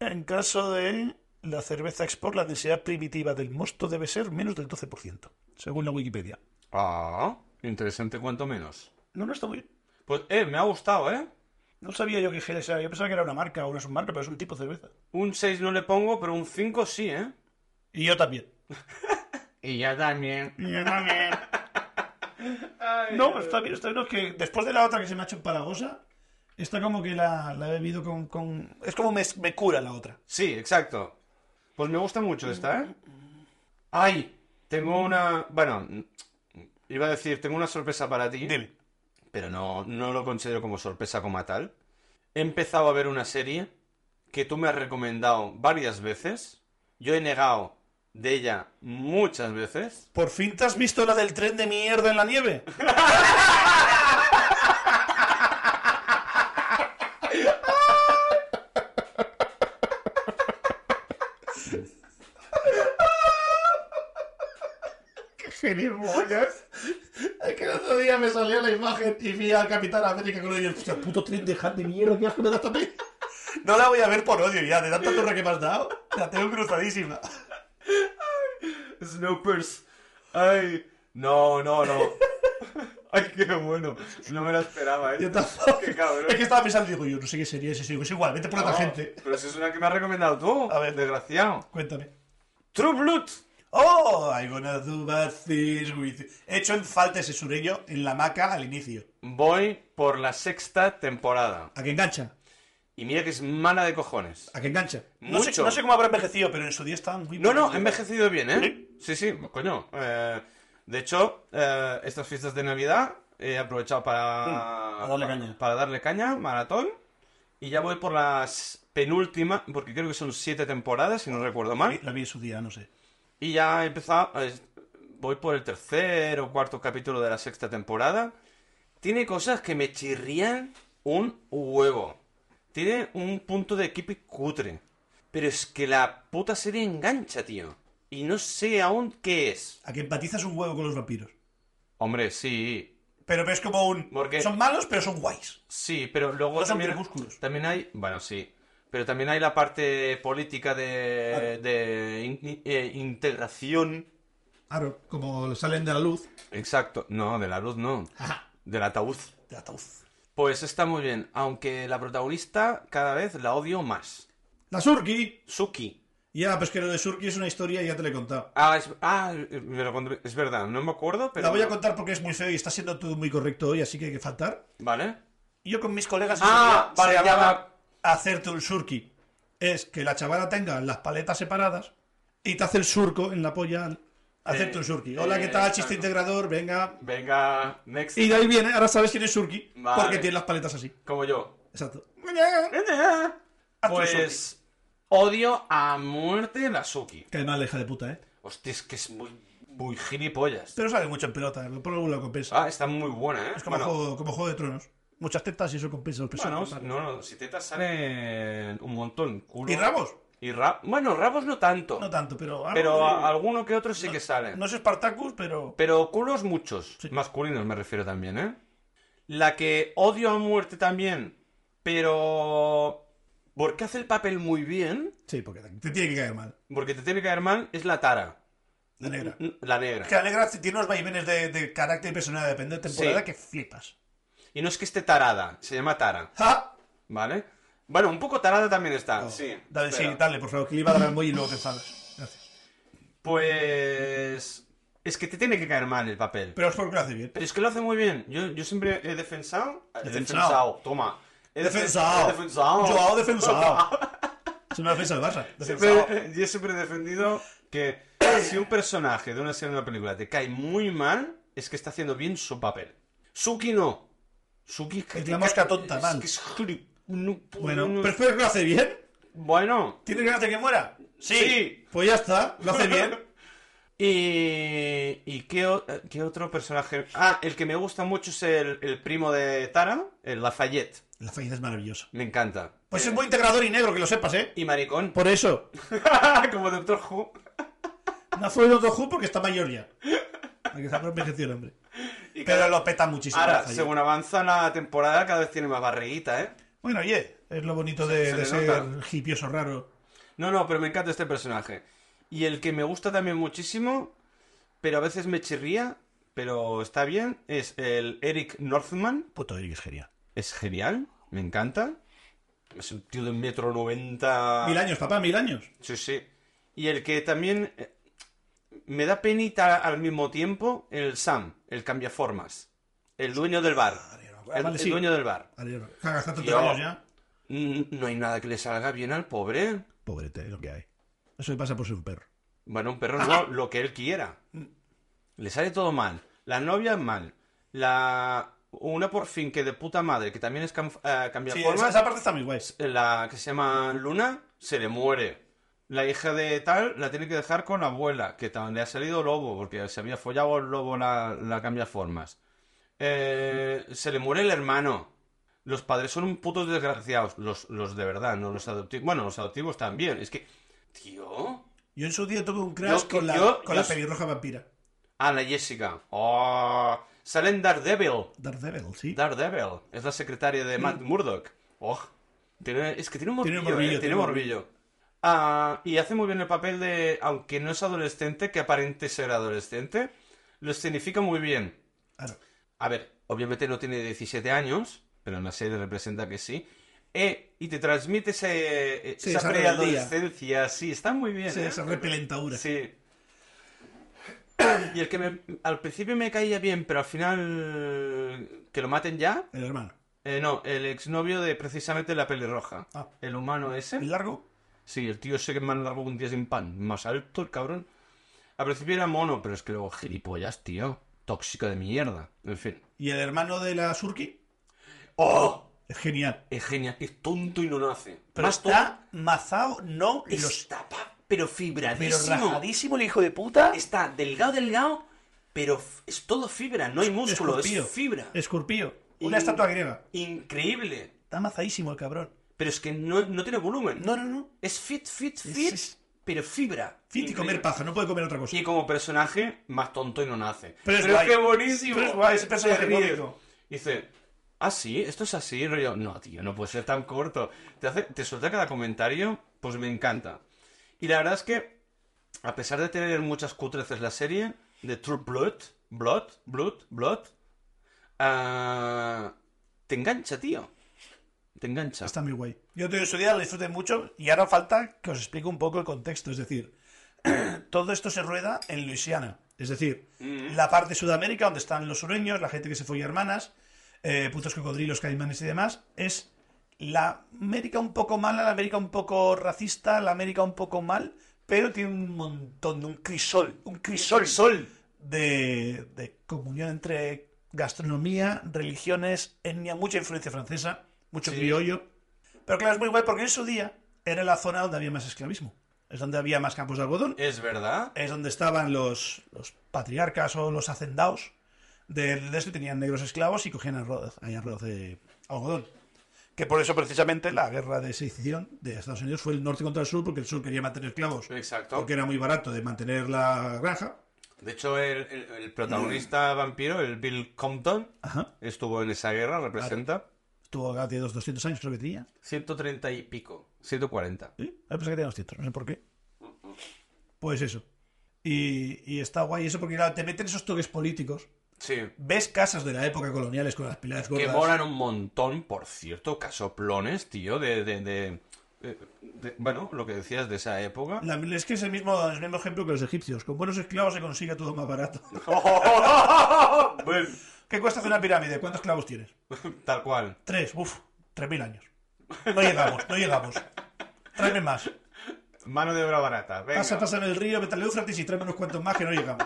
En caso de la cerveza export, la densidad primitiva del mosto debe ser menos del 12%, según la Wikipedia. Ah. Interesante cuanto menos. No, no está muy bien. Pues, eh, me ha gustado, ¿eh? No sabía yo que Heller era. Yo pensaba que era una marca o una submarca, pero es un tipo de cerveza. Un 6 no le pongo, pero un 5 sí, ¿eh? Y yo también. Y ya también. Yo también. No, está bien, está bien. Es que después de la otra que se me ha hecho empalagosa, está como que la, la he bebido con, con- Es como me, me cura la otra. Sí, exacto. Pues me gusta mucho esta, ¿eh? ¡Ay! Tengo una... Bueno, iba a decir, tengo una sorpresa para ti. Dime. pero no, no lo considero como sorpresa como tal. He empezado a ver una serie que tú me has recomendado varias veces. Yo he negado de ella muchas veces. ¿Por fin te has visto la del tren de mierda en la nieve? ¡Qué gilipollas! Es que el otro día me salió la imagen y vi al Capitán América con el hostia, puto tren de hat de mierda, qué asco me da esta peli". No la voy a ver por odio ya, de tanta turra que me has dado, la tengo cruzadísima. Snowpiercer. Ay, no, no, no. Ay, qué bueno. No me la esperaba, ¿eh? Yo tampoco. Qué cabrón. Es que estaba pensando, digo, yo no sé qué sería ese, sigo, es igual, vete por No, otra gente. Pero si es una que me has recomendado tú. A ver. desgraciado. Cuéntame. True Blood. Oh, I'm gonna do bad things with you. He hecho en falta ese sureño en la maca al inicio. Voy por la sexta temporada. ¿A que engancha? Y mira que es mala de cojones. ¿A que engancha? No sé, Mucho. no sé cómo habrá envejecido, pero en su día estaba muy... No, no, ha envejecido bien, ¿eh? Sí, sí, coño. eh, de hecho, eh, estas fiestas de Navidad he aprovechado para... para Mm, darle caña. Para darle caña, maratón. Y ya voy por las penúltimas, porque creo que son siete temporadas, si no recuerdo mal. La vi en su día, no sé. Y ya he empezado... eh, voy por el tercer o cuarto capítulo de la sexta temporada. Tiene cosas que me chirrían un huevo. Tiene un punto de equipo cutre. Pero es que la puta serie engancha, tío. Y no sé aún qué es. A que empatizas un huevo con los vampiros. Hombre, sí. Pero es como un. Porque- Son malos, pero son guays. Sí, pero luego No son también, crepúsculos. también hay... Bueno, sí. Pero también hay la parte política de, de in- eh, integración. Claro, como salen de la luz. Exacto. No, de la luz no. Ajá. Del ataúd. De la ataúd. Pues está muy bien. Aunque la protagonista cada vez la odio más. La Surki. Suki. Ya, pues que lo de Surki es una historia, ya te lo he contado. Ah, es, ah, me lo conté- es verdad. No me acuerdo, pero... La voy a contar porque es muy feo y está siendo todo muy correcto hoy, así que hay que faltar. Vale. Y Yo con mis colegas Ah, ese día vale, se ya llamaba hacerte un surki. Es que la chavala tenga las paletas separadas y te hace el surco en la polla. al Hacerte Eh, un surki. Hola, eh, ¿qué tal? Chiste exacto. integrador, venga. Venga, next. Y de ahí viene, ahora sabes quién es surki. Vale. Porque tiene las paletas así. Como yo. Exacto. Ah, Pues odio a muerte la Suki. Qué mala hija de puta, ¿eh? Hostia, es que es muy, muy gilipollas. Pero sabe mucho en pelota, por algún lado compensa. Ah, está muy buena, ¿eh? es como, bueno, juego, como Juego de tronos. Muchas tetas y eso compensa el peso. bueno, no, no, si tetas salen un montón. Culo. ¿Y Ramos? Y Ra- Bueno, Ramos no tanto. No tanto, pero... ah, pero no, a- alguno que otro sí que sale. no es Spartacus, pero... Pero culos muchos. Sí. Masculinos me refiero también, ¿eh? La que odio a muerte también, pero... Porque hace el papel muy bien, Sí, porque te tiene que caer mal. porque te tiene que caer mal, es la Tara. La negra. La negra. Que Alegra tiene unos vaivenes de, de carácter y personalidad depende de temporada Sí. que flipas. Y no es que esté tarada, se llama Tara, ¡Ja! ¿vale? Bueno, un poco tarada también está. sí. Oh, Dale, sí, espera. dale, por favor, que le iba a dar al muelle y luego te enfadas. Gracias. Pues. Es que te tiene que caer mal el papel. Pero, Pero es porque lo hace bien. es que lo hace muy bien. Yo, yo siempre he defensado. He Defensao. defensado. Toma. He defen- Defensado. he defensado. Joao defensado. es una defensa del Barça. Defensado. Siempre- yo siempre he defendido que si un personaje de una serie o una película te cae muy mal, es que está haciendo bien su papel. Suki no. Suki Es la mosca tonta, es man. que es gilip- no- Bueno, no- pero espero que lo hace bien. bueno. ¿Tiene ganas de que muera? Sí. Pues ya está, lo hace bien. Y, y qué, o- qué otro personaje. Ah, el que me gusta mucho es el, el primo de Tara, el Lafayette. La faida es maravillosa. Me encanta. Pues es muy integrador y negro, que lo sepas, ¿eh? Y maricón. Por eso, Como Doctor Who. no fue el otro Who porque está mayor ya. Porque está por envejecido el hombre. Y Pero cada- lo peta muchísimo. la Ahora, Fayette. según avanza la temporada, cada vez tiene más barriguita, ¿eh? Bueno, oye, es lo bonito de, se de le ser nota. hipioso raro. No, no, pero me encanta este personaje. Y el que me gusta también muchísimo, pero a veces me chirría, pero está bien, es el Eric Northman. Puto Eric es genial. Es genial, me encanta. Es un tío de un metro noventa. Mil años, papá, mil años. Sí, sí. Y el que también eh, me da penita al mismo tiempo, el Sam, el cambiaformas. El dueño del bar. El, Ah, Vale, el sí. dueño del bar. Vale, yo no. Caga, está tantos Yo. años ya. Mm, No hay nada que le salga bien al pobre. Pobrete, es lo que hay. Eso le pasa por ser un perro. Bueno, un perro no, lo que él quiera. Le sale todo mal. La novia mal. La... Una por fin que de puta madre, que también es cam- eh, Sí, cambiaformas. esa, esa parte está muy guay. la que se llama Luna se le muere. La hija de tal la tiene que dejar con la abuela, que también le ha salido lobo, porque se había follado el lobo la, la cambia formas. Eh, se le muere el hermano. Los padres son un putos desgraciados, los, los de verdad, no los adoptivos. Bueno, los adoptivos también. Es que. Tío. Yo en su día tuve un crash Yo- con la, yo- con yo- la pelirroja vampira. Ana Ana Jessica. Oh, sale en Daredevil. Daredevil, sí. Daredevil. Es la secretaria de Matt Murdock. Oh, tiene- es que tiene un Mm. Tiene morbillo. morbillo, tiene eh, tiene morbillo. Ah, y hace muy bien el papel de, aunque no es adolescente, que aparente ser adolescente, lo escenifica muy bien. Claro. A ver, obviamente no tiene 17 años, pero en la serie representa que sí. Eh, y te transmite ese, eh, Sí, esa esa rebeldía. preadolescencia. Sí, está muy bien. Sí, ¿eh? esa repelentadura. Sí. Y el que me- al principio me caía bien, pero al final que lo maten ya. El hermano. Eh, no, el exnovio de precisamente la pelirroja. Ah. El humano El ese. largo. Sí, el tío ese que me han dado un día sin pan. Más alto, el cabrón. Al principio era mono, pero es que luego gilipollas, tío. Tóxico de mierda. En fin. Y el hermano de la Surki. ¡Oh! Es genial. Es genial. Es tonto y no nace. Pero Más está mazao, no. Y tonto. los, Está pa- pero fibradísimo. Pero rajadísimo el hijo de puta. Está delgado, delgado, pero f- es todo fibra, no hay músculo, Esculpido. es fibra. Escorpío. Una Y- estatua griega. Increíble. Está mazadísimo el cabrón. Pero es que no, no tiene volumen. No, no, no. Es fit, fit, Es- fit, es- pero fibra. Fit y comer Increíble. paja, no puede comer otra cosa. Y como personaje, más tonto y no nace. Pero es guay. que buenísimo. Pero es guay, ese Te personaje ríes. cómico. Dice, ah, sí, esto es así, rollo. No, tío, no puede ser tan corto. Te, hace, te suelta cada comentario, pues me encanta. Y la verdad es que, a pesar de tener muchas cutreces la serie, de True Blood, Blood, Blood, Blood, ah, te engancha, tío. Te engancha. Está muy guay. Yo te en su día lo disfruté mucho y ahora falta que os explique un poco el contexto. Es decir, todo esto se rueda en Luisiana. Es decir, la parte de Sudamérica donde están los sureños, la gente que se fue a hermanas, eh, putos cocodrilos, caimanes y demás, es la América un poco mala, la América un poco racista, la América un poco mal, pero tiene un montón, un crisol, un crisol Sol. de, de comunión entre gastronomía, religiones, etnia, mucha influencia francesa, mucho criollo. Pero claro, es muy guay porque en su día era la zona donde había más esclavismo. Es donde había más campos de algodón. Es verdad. Es donde estaban los, los patriarcas o los hacendados del de esto, y tenían negros esclavos y cogían arroz, ahí arroz de algodón. Que por eso precisamente la guerra de secesión de Estados Unidos fue el norte contra el sur, porque el sur quería mantener esclavos. Exacto. Porque era muy barato de mantener la granja. De hecho, el, el- el protagonista vampiro, el Bill Compton, Ajá. estuvo en esa guerra, representa Estuvo acá de 200 años, creo que tenía. 130 y pico, 140. ¿Sí? A pesar que tenía 200, no sé por qué. Pues eso. Y, y está guay eso porque claro, te meten esos toques políticos. Sí. Ves casas de la época coloniales con las pilares Que gordas. molan un montón, por cierto, casoplones, tío, de, de, de- eh, de- Bueno, lo que decías de esa época. La- es que es el mismo, es el mismo ejemplo que los egipcios. Con buenos esclavos se consigue todo más barato. Bueno, ¿Qué cuesta hacer una pirámide? ¿Cuántos esclavos tienes? Pues, Tal cual. Tres, uff, tres mil años. No llegamos, no llegamos. Tráeme más. Mano de obra barata. Venga. Pasa, pasa en el río, vete al Éufrates y tráeme unos cuantos más que no llegamos.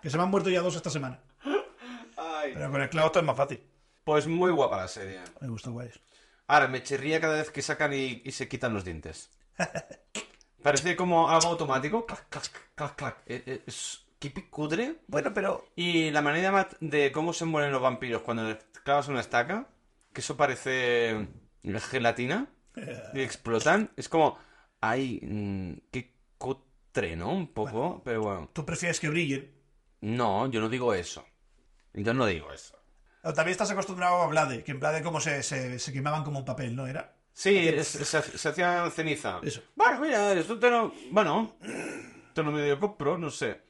Que se me han muerto ya dos esta semana. Ay. Pero con esclavos todo es más fácil. Pues muy guapa la serie. Me gusta guay. Ahora, me chirría cada vez que sacan y, y se quitan los dientes. Parece como algo automático. Clac, clac, clac, clac. Eh, eh, Es kipicudre. Bueno, pero Y la manera mat- de cómo se mueren los vampiros cuando les clavas una estaca, que eso parece gelatina, y explotan, es como, ay, mm, qué cutre, ¿no? Un poco, pero bueno. tú prefieres que brillen. No, yo no digo eso. Yo no digo eso. O También estás acostumbrado a Blade, que en Blade como se, se, se quemaban como un papel, ¿no era? Sí, es- se, se hacía ceniza. Eso. Bueno, mira, esto te lo... Bueno, te lo medio compro, no sé.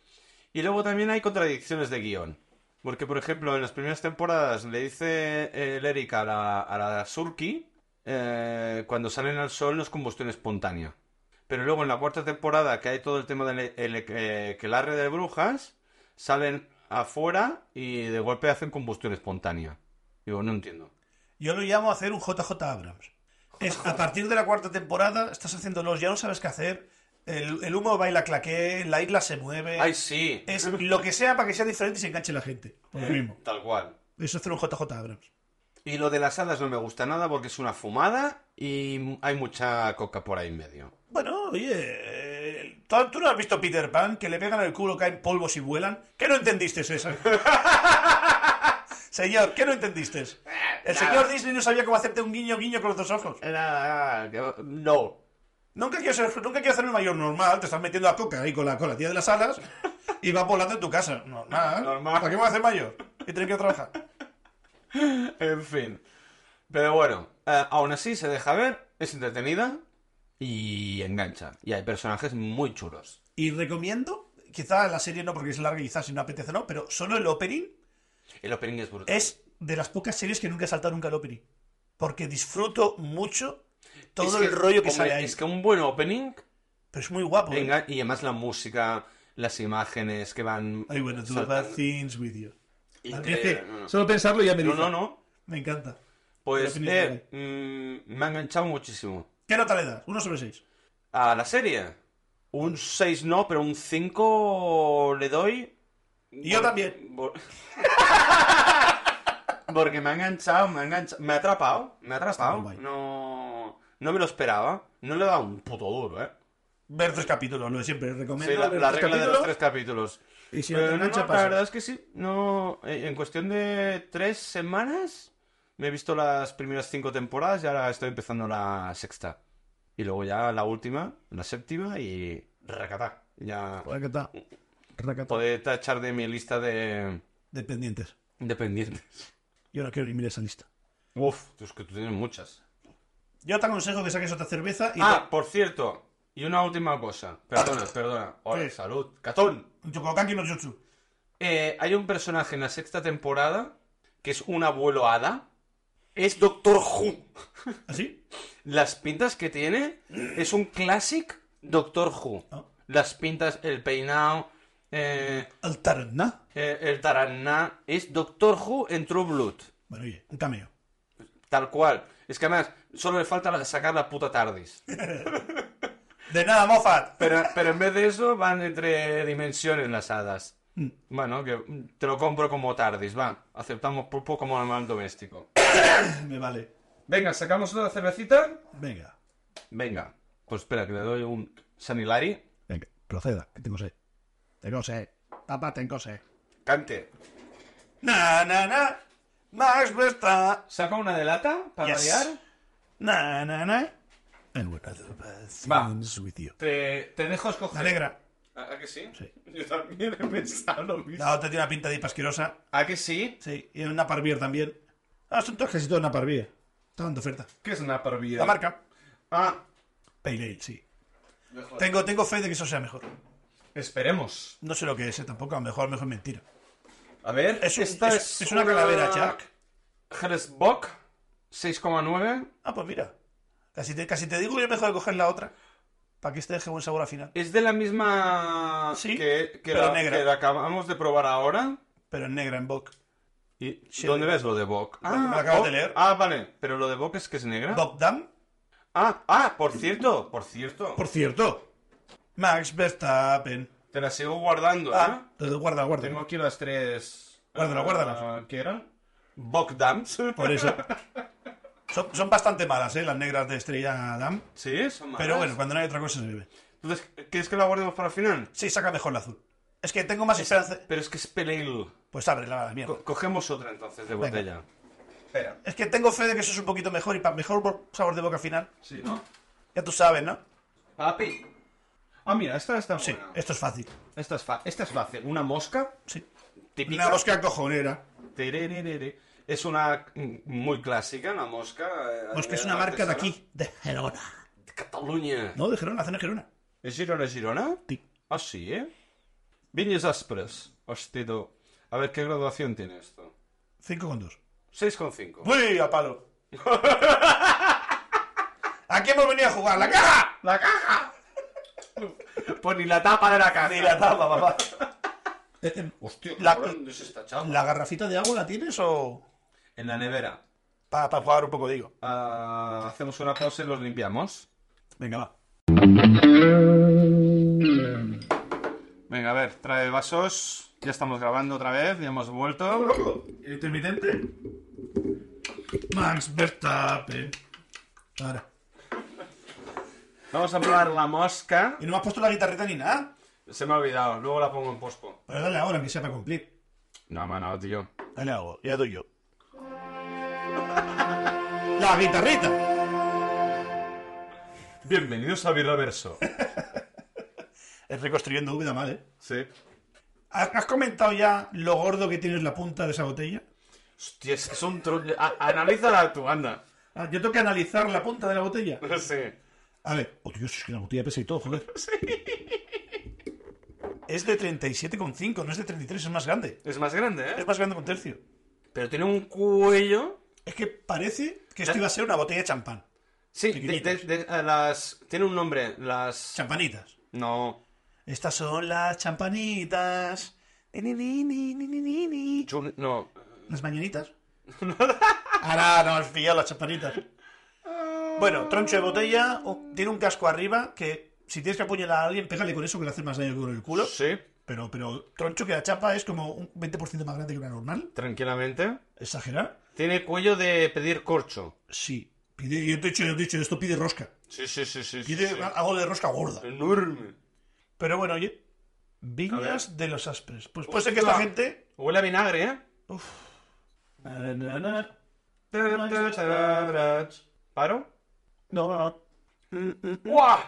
Y luego también hay contradicciones de guión. Porque, por ejemplo, en las primeras temporadas le dice el Eric a la, a la Surki, eh, cuando salen al sol no es combustión espontánea. Pero luego en la cuarta temporada, que hay todo el tema del el- eh, quelarre de brujas, salen afuera y de golpe hacen combustión espontánea. Digo, no entiendo. Yo lo llamo hacer un JJ Abrams. Es, a partir de la cuarta temporada estás haciéndolos, ya no sabes qué hacer. El, el humo baila claqué, la isla se mueve. ¡Ay, sí! Eh, Es lo que sea para que sea diferente y se enganche la gente. Por lo mismo. Tal cual. Eso es hacer un JJ Abrams. Y lo de las hadas no me gusta nada porque es una fumada y hay mucha coca por ahí en medio. Bueno, oye, eh, ¿tú tú no has visto Peter Pan? Que le pegan el culo, caen polvos y vuelan. ¿Qué no entendiste eso? señor, ¿qué no entendiste? El señor Disney no sabía cómo hacerte un guiño guiño con los dos ojos. No. Nunca quiero ser, nunca quiero ser el mayor normal, te estás metiendo a coca ahí con la, con la tía de las alas y vas volando en tu casa. Normal. Normal. ¿Para qué me hacer mayor? Y tener que ir a trabajar. En fin. Pero bueno, eh, aún así se deja ver, es entretenida y engancha. Y hay personajes muy chulos. Y recomiendo, quizá la serie no porque es larga, y quizás si no apetece no, pero solo el opening El opening es brutal. es de las pocas series que nunca he saltado nunca el opening. Porque disfruto mucho todo Es el rollo que hombre, sale ahí. Es que un buen opening Pero es muy guapo. ¿eh? enga- y además la música, las imágenes que van... I wanna do saltando. bad things with you. Increíble, Es que no, no. Solo pensarlo ya me No, dice. no, no. Me encanta. Pues El opening está eh, mm, me ha enganchado muchísimo. ¿Qué nota le das? Uno sobre seis. a la serie. Un 6 no, pero un 5 le doy. Y yo también. Por- Porque me ha enganchado, me ha enganchado. Me ha atrapado, me ha Está muy atrapado. guay. No, no me lo esperaba. No le he dado un puto duro, eh. Ver tres capítulos, lo de siempre. Recomiendo Sí, la, ver la tres regla de los capítulos tres capítulos. Y si no te Pero no, engancha, la pasa. verdad es que sí. No, eh, en cuestión de tres semanas me he visto las primeras cinco temporadas y ahora estoy empezando la sexta. Y luego ya la última, la séptima y... Racatá. Ya Racata. Racata. podré tachar de mi lista de... De pendientes. Independientes. Yo no quiero ni mirar esa lista. Uf, tú es que tú tienes muchas. Yo te aconsejo que saques otra cerveza y Ah, por cierto, y una última cosa. Perdona, perdona. Hola, Sí. salud. Catón. un chocokaki no jutsu. Eh, hay un personaje en la sexta temporada que es un abuelo hada. Es Doctor Who. ¿Así? Las pintas que tiene es un classic Doctor Who. Ah. Las pintas, el peinado, eh, Altarna. eh, el taraná. Es Doctor Who en True Blood. Bueno, oye, un cameo. Tal cual. Es que además, solo le falta la- sacar la puta TARDIS. De nada, Moffat. Pero, pero en vez de eso, van entre dimensiones las hadas. Mm. Bueno, que mm, te lo compro como TARDIS, va. Aceptamos pulpo como animal doméstico. Me vale. Venga, sacamos otra cervecita. Venga. Venga, pues espera, que le doy un Sanilari. Venga, proceda, que tengo sed. Tengo sed. Papá, tengo sed. Cante. Na, na, na. Max Verstappen. Saca una de lata para Yes. variar. Na, na, na. And we're not the best Va. things with you. Te, te dejo Me escoger. alegra. ¿A, a que sí? Sí. Yo también he pensado lo mismo. La otra tiene una pinta de hipa asquerosa. ¿A que sí? Sí, y una parvier también. Ah, son todas casi todas una parvier. Estaban de oferta. ¿Qué es una parvida? La marca. Ah, Pale Ale, sí. mejor. Tengo, tengo fe de que eso sea mejor. Esperemos. No sé lo que es, eh, tampoco. A lo mejor, a lo mejor es mentira. A ver, Es, un- esta es- es, es una calavera, Jack. Hellesbock 6,9. Ah, pues mira. Casi te, casi te digo que es mejor coger la otra. Para que este deje buen sabor al final. Es de la misma Sí, que, que, pero la, negra. que la acabamos de probar ahora. Pero en negra, en Bock. ¿Y Sí. dónde ves lo de Bok? Lo que me acabas de Bok. leer. Ah, vale. Pero lo de Bok es que es negra. Bock Dam. Ah, ah, por cierto, por cierto. Por cierto. Max Verstappen. Te la sigo guardando, Ah, ¿eh? entonces guarda, guarda. Tengo aquí las tres... Guárdala, ah, guárdala. ¿Qué eran? Bogdams. Por eso. Son, son bastante malas, ¿eh? Las negras de Estrella Dam. Sí, son malas. Pero bueno, cuando no hay otra cosa se bebe. Entonces, ¿quieres que la guardemos para el final? Sí, saca mejor la azul. Es que tengo más esperanza. Pero es que es peleil. Pues ábrela, la mierda. cogemos otra entonces de Venga. botella. Espera. Es que tengo fe de que eso es un poquito mejor y para mejor bo- sabor de boca al final. Sí, ¿no? Ya tú sabes, ¿no? Papi. Ah, mira, esta está Sí, buena. esto es fácil. Esta es, fa- esta es fácil. Una mosca Sí. típica. Una mosca cojonera. Tererere. Es una mm, muy clásica, la mosca. eh, Mosca es eh, una marca de artesana. aquí, de Gerona. De Cataluña. No, de Gerona, hacen en Gerona. ¿Es Girona, Girona? Sí. Ah, sí, ¿eh? Viñas ásperas. Hostia. do- A ver, ¿qué graduación tiene esto? 5,2. 6,5. ¡Uy, a palo! Aquí hemos venido a jugar? ¡La caja! ¡La caja! pues ni la tapa de la caja. Ni la tapa, papá. Hostia, La- cabrón, ¿dónde es esta chapa? Eh, em, ¿La garrafita de agua la tienes o...? En la nevera. Para jugar un poco, digo. Ah, hacemos una pausa y los limpiamos. Venga, va. Venga, a ver, trae vasos. Ya estamos grabando otra vez, ya hemos vuelto. ¿El intermitente? Max Verstappen. Ahora. Vamos a probar la mosca. ¿Y no me has puesto la guitarrita ni nada? Se me ha olvidado, luego la pongo en pospo. Pero dale ahora, que sea para cumplir. No, mano, tío. Dale ahora, ya doy yo. ¡La guitarrita! Bienvenidos a Birraverso. Es reconstruyendo vida mal, ¿eh? sí. ¿Has has comentado ya lo gordo que tienes la punta de esa botella? Hostia, es que son tro- A- Analízala tú, anda. Ah, yo tengo que analizar la punta de la botella. No sé. A ver. Oh, Dios, es que la botella pesa y todo, joder. Es de 37,5, no es de 33, es más grande. Es más grande, Es ¿eh? más grande que un tercio. Pero tiene un cuello. Es que parece que esto iba a ser una botella de champán. Sí, de, de- Pequeñitos. de- eh, las. Tiene un nombre, las. Champanitas. No. Estas son las champanitas. Ni, ni, ni, ni, ni, ni, ni, ni. Yo- No. ¿Las mañanitas? Ahora no has pillado las champanitas. Bueno, troncho de botella. o- Tiene un casco arriba que si tienes que apuñalar a alguien, pégale con eso que le hace más daño que con el culo. Sí, Pero, pero troncho que la chapa es como un 20% más grande que una normal. tranquilamente. ¿Exagerar? Tiene cuello de pedir corcho. Sí. Pide, yo te he dicho, yo te he dicho, esto pide rosca. Sí, sí, sí, sí. Pide algo de rosca gorda. Enorme. Pero bueno, oye, viñas de los aspres. Pues puede ser que esta Hostia. gente. Huele a vinagre, ¿eh? ¿Paro? No, no. ¡Guau!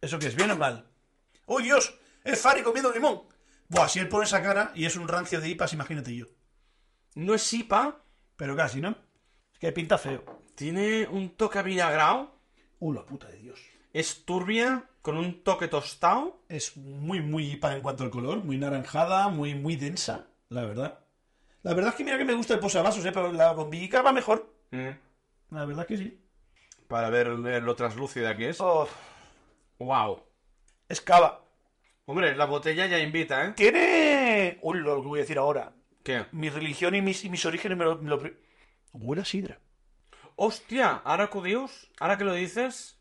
¿Eso qué es? ¿Bien o mal? ¡Oh, Dios! ¡Es Fari comiendo limón! Buah, si él pone esa cara y es un rancio de IPAs, imagínate yo. No es IPA, Pero casi, ¿no? Es que pinta feo. tiene un toque a vinagrado, ¡Uh, la puta de Dios! es turbia, con un toque tostado. Es muy, muy IPA en cuanto al color, muy naranjada, muy, muy densa, la verdad. La verdad es que mira que me gusta el posavasos, ¿eh? pero la bombillica va mejor. Mm. La verdad que sí. Para ver eh, lo translúcida que es. Oh, ¡Wow! es cava. Hombre, la botella ya invita, ¿eh? Tiene... Uy, lo que voy a decir ahora. ¿Qué? Mi religión y mis, y mis orígenes me lo... me lo pri- Huele a sidra. ¡Hostia! Ahora que Dios, ahora que lo dices.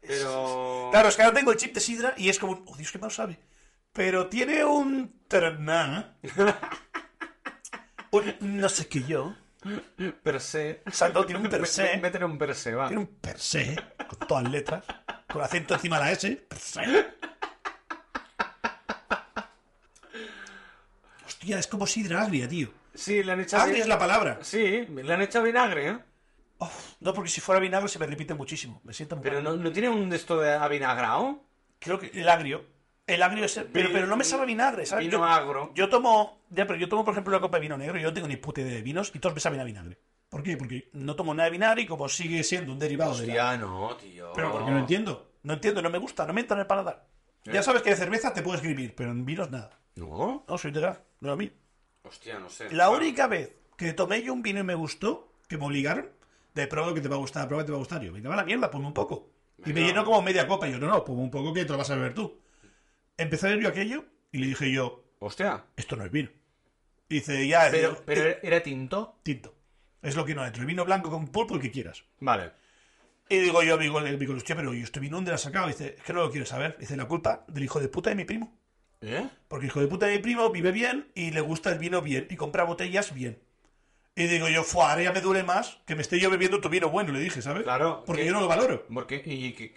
Pero. Claro, es que ahora tengo el chip de sidra y es como... un, Oh, Dios, qué mal sabe. Pero tiene un... Terná. un no sé qué yo. Per se. Santo tiene un per se. Métele un per se, va. Tiene un per se, con todas letras, con acento encima de la S. Per se. Hostia, es como sidra agria, tío. Sí, le han echado. Agria es la palabra. Sí, le han echado vinagre, ¿eh? Uf, no, porque si fuera vinagre se me repite muchísimo. Me siento muy Pero mal. no, no tiene un de esto de avinagrado. Creo que el agrio. El agrio es. el- Pero, pero no me sabe a vinagre, ¿sabes? Vino Yo- agro. Yo tomo, ya, pero yo tomo, por ejemplo, una copa de vino negro y yo no tengo ni puta idea de vinos y todos me saben a vinagre. ¿Por qué? Porque no tomo nada de vinagre y como sigue siendo un derivado de la... Hostia, no, tío. Pero porque no entiendo. No entiendo, no me gusta, no me entra en el paladar. Ya sabes que de cerveza te puedo escribir, pero en vinos nada. ¿No? No, soy de gas, no era a mí. Hostia, no sé. La Bueno, única vez que tomé yo un vino y me gustó, que me obligaron, de prueba lo que te va a gustar, prueba que te va a gustar. Yo, venga, va la mierda, ponme un poco. Y me Venga. llenó como media copa. Y yo, no, no, ponme un poco que te lo vas a beber tú. Empecé a ver yo aquello y le dije yo, Hostia. esto no es vino. Y dice, ya, Pero, digo, pero era tinto. tinto. Es lo que no entra. El vino blanco con pulpo, el que quieras. Vale. Y digo yo, amigo, el amigo, hostia, pero ¿y este vino dónde lo has sacado? Dice, es que no lo quiero saber. Dice, la culpa del hijo de puta de mi primo. ¿Eh? Porque el hijo de puta de mi primo vive bien y le gusta el vino bien y compra botellas bien. Y digo yo, fuá, ahora ya me duele más que me esté yo bebiendo tu vino bueno, le dije, ¿sabes? Claro, Porque que- yo no lo valoro. Porque. Y, que-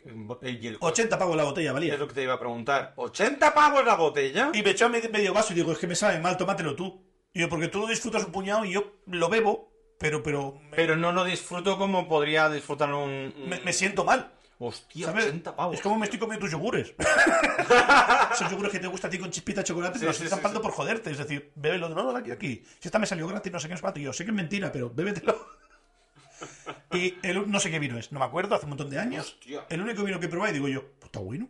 y el. 80 pavos la botella, valía. Es lo que te iba a preguntar. ¿80 pavos la botella? Y me echó medio, medio vaso y digo, es que me sabe mal, tómatelo tú. Y yo, porque tú lo disfrutas un puñado y yo lo bebo, pero, pero me, Pero no lo disfruto como podría disfrutar un. un- me- me siento mal. Hostia, ¿Sabes? 80 pavos. Es como me estoy comiendo tus yogures. Esos yogures que te gusta a ti con chispita de chocolate, Sí, te los sí, están sí, pagando sí. por joderte. Es decir, bébelo de nuevo aquí, aquí. Si esta me salió gratis, no sé qué es cuánto. Y Yo sé que es mentira, pero bébetelo. y el, no sé qué vino es, no me acuerdo, hace un montón de años. Hostia. El único vino que probé, y digo yo, pues está bueno.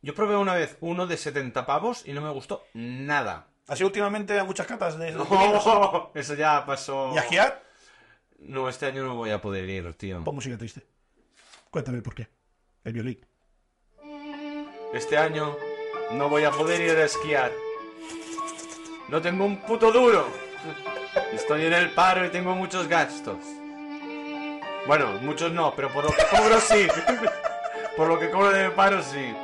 Yo probé una vez uno de 70 pavos y no me gustó nada. Así últimamente a muchas catas de. Eso ya pasó. Y a Giat, No, este año no voy a poder ir, tío. pon música triste. Cuéntame por qué. El violín. Este año no voy a poder ir a esquiar. No tengo un puto duro. Estoy en el paro y tengo muchos gastos. Bueno, muchos no, pero por lo que cobro sí. Por lo que cobro de paro sí.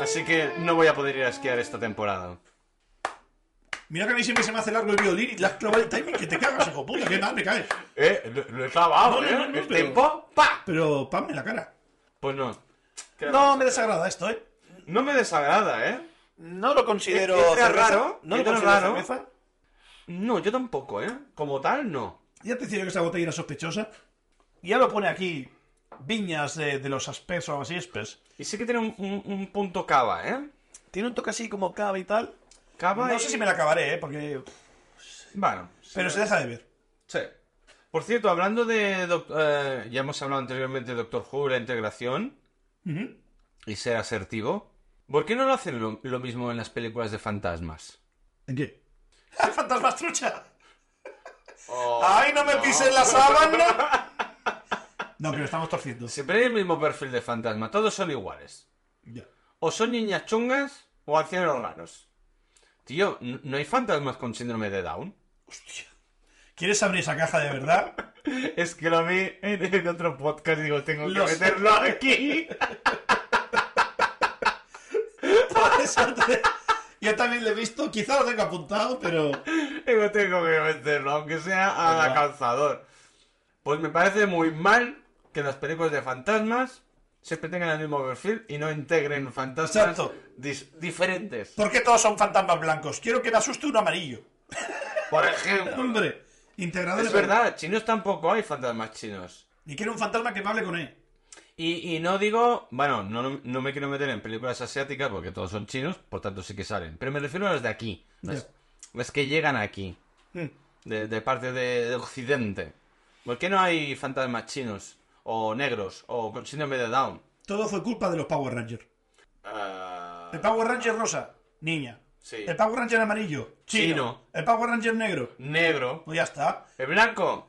Así que no voy a poder ir a esquiar esta temporada. Mira que a mí siempre se me hace largo el violín y le has clavado el timing que te cagas, hijo puta, qué mal me caes. Eh, lo, he No, clavado, no, ¿eh? no, no, El pero- tiempo, pa. Pero pam en la cara. Pues no. No me desagrada esto, eh. No me desagrada, ¿eh? No lo considero Entra cerveza. raro, No lo entra considero raro. cerveza. No, yo tampoco, ¿eh? Como tal, no. Ya te decía yo que esa botella era sospechosa. Y ya lo pone aquí. Viñas de, de los aspes o así aspes. Y sí que tiene un, un- un punto cava, ¿eh? Tiene un toque así como cava y tal. Cava No y- sé si me la acabaré, ¿eh? porque. Bueno, Pero se deja de ver. sí. Por cierto, hablando de... doc- eh, ya hemos hablado anteriormente de Doctor Who, la integración Ujú. y ser asertivo. ¿Por qué no lo hacen lo, lo mismo en las películas de fantasmas? ¿En qué? ¡Fantasmas trucha! ¡Ay, no me pises la sábana! No, que lo estamos torciendo. Siempre hay el mismo perfil de fantasma, todos son iguales. Ya. O son niñas chungas o ancianos raros. Tío, n- no hay fantasmas con síndrome de Down. Hostia. ¿Quieres abrir esa caja de verdad? Es que lo vi en, en otro podcast y digo, tengo que Lo sé. meterlo aquí. Por eso te- Yo también le he visto, quizá lo tenga apuntado, pero. Yo tengo que vencerlo, aunque sea a Venga. calzador. Pues me parece muy mal que las películas de fantasmas siempre tengan el mismo perfil y no integren fantasmas Exacto. dis- diferentes. ¿Por qué todos son fantasmas blancos? Quiero que me asuste un amarillo. Por ejemplo, Hombre, integrador es de- verdad, chinos tampoco hay fantasmas chinos. Y quiero un fantasma que me hable con E. él. Y, y no digo, bueno, no, no me quiero meter en películas asiáticas porque todos son chinos, por tanto sí que salen. Pero me refiero a las de aquí, las, las que llegan aquí, Mm. de, de parte de, de Occidente. ¿Por qué no hay fantasmas chinos, o negros, o con síndrome de Down? Todo fue culpa de los Power Rangers. Ah, El Power Ranger rosa, niña. sí. El Power Ranger amarillo, chino. Chino. El Power Ranger negro, Negro. pues ya está. El blanco.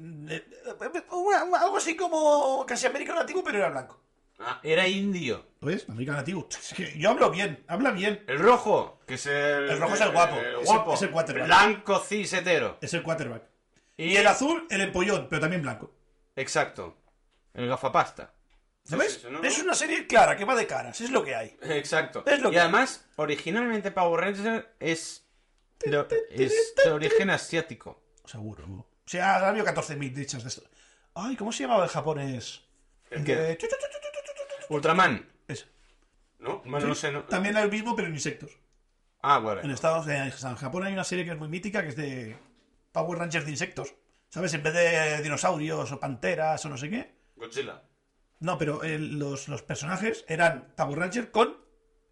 Eh, eh, eh, una- una- Algo así como casi americano nativo, pero era blanco. Ah, era indio. Pues, americano nativo. Es que Yo hablo bien, habla bien. El rojo, que es el... El rojo es el guapo, el es el- guapo. es el quarterback. blanco cis hetero. Es el quarterback. Y, Y el azul, el empollón, pero también blanco. Exacto. El gafapasta. ¿Sabes? Sí, sí, sí, no, Es no. una serie clara que va de caras, es lo que hay. Exacto. Es lo y que- además, originalmente Power Ranger es, lo- es de origen asiático. Seguro. O sea, ha habido 14.000 dichas de esto. Ay, ¿cómo se llamaba el japonés? ¿El qué? De chu, chu, chu, chu, chu, chu, chu, chu. Ultraman. Ese. ¿No? Bueno, no sé. no- También era el mismo, pero en insectos. Ah, bueno. En este. Estados en Japón hay una serie que es muy mítica, que es de Power Rangers de insectos. ¿Sabes? En vez de dinosaurios o panteras o no sé qué. Godzilla. No, pero eh, los, los personajes eran Power Rangers con...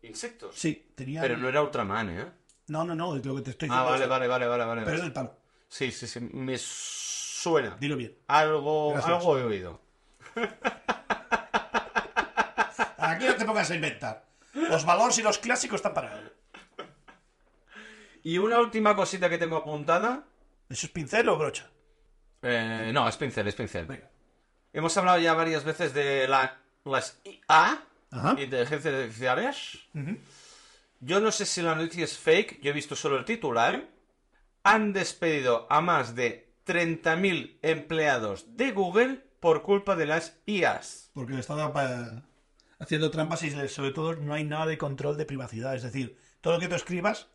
Insectos. Sí, tenían... Pero no era Ultraman, ¿eh? no, no, no, es lo que te estoy Ah, diciendo. vale, es- vale, vale, vale, vale. Pero es del palo. Sí, sí, sí. Me suena. Dilo bien. Algo, Gracias. algo he oído. Aquí no te pongas a inventar. Los valores y los clásicos están parados. Y una última cosita que tengo apuntada. ¿Eso es pincel o brocha? Eh, no, es pincel, es pincel. Venga. Hemos hablado ya varias veces de la, las IA, Ajá. inteligencias artificiales. Ujú. Yo no sé si la noticia es fake, yo he visto solo el titular. Han despedido a más de 30.000 empleados de Google por culpa de las IAs. Porque le estaba pa- haciendo trampas y sobre todo no hay nada de control de privacidad. Es decir, todo lo que tú escribas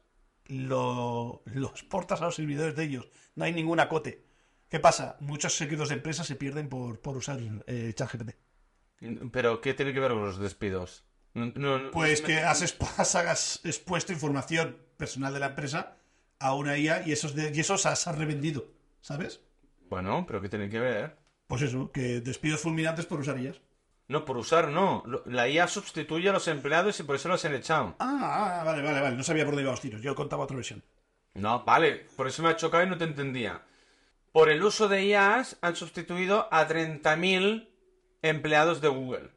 lo, lo exportas a los servidores de ellos. No hay ningún acote. ¿Qué pasa? Muchos secretos de empresas se pierden por, por usar eh, ChatGPT. Pero, ¿qué tiene que ver con los despidos? No- no- no- Pues que has, exp- has- has expuesto información personal de la empresa a una IA y esos de- y esos has has revendido, ¿sabes? Bueno, pero ¿qué tiene que ver? Pues eso, que despidos fulminantes por usar IAs. No, por usar no. Lo- La IA sustituye a los empleados y por eso los han echado. Ah, ah, vale, vale, vale. No sabía por dónde iban los tiros. Yo contaba otra versión. No, vale, por eso me ha chocado y no te entendía. Por el uso de IAs han sustituido a 30.000 empleados de Google.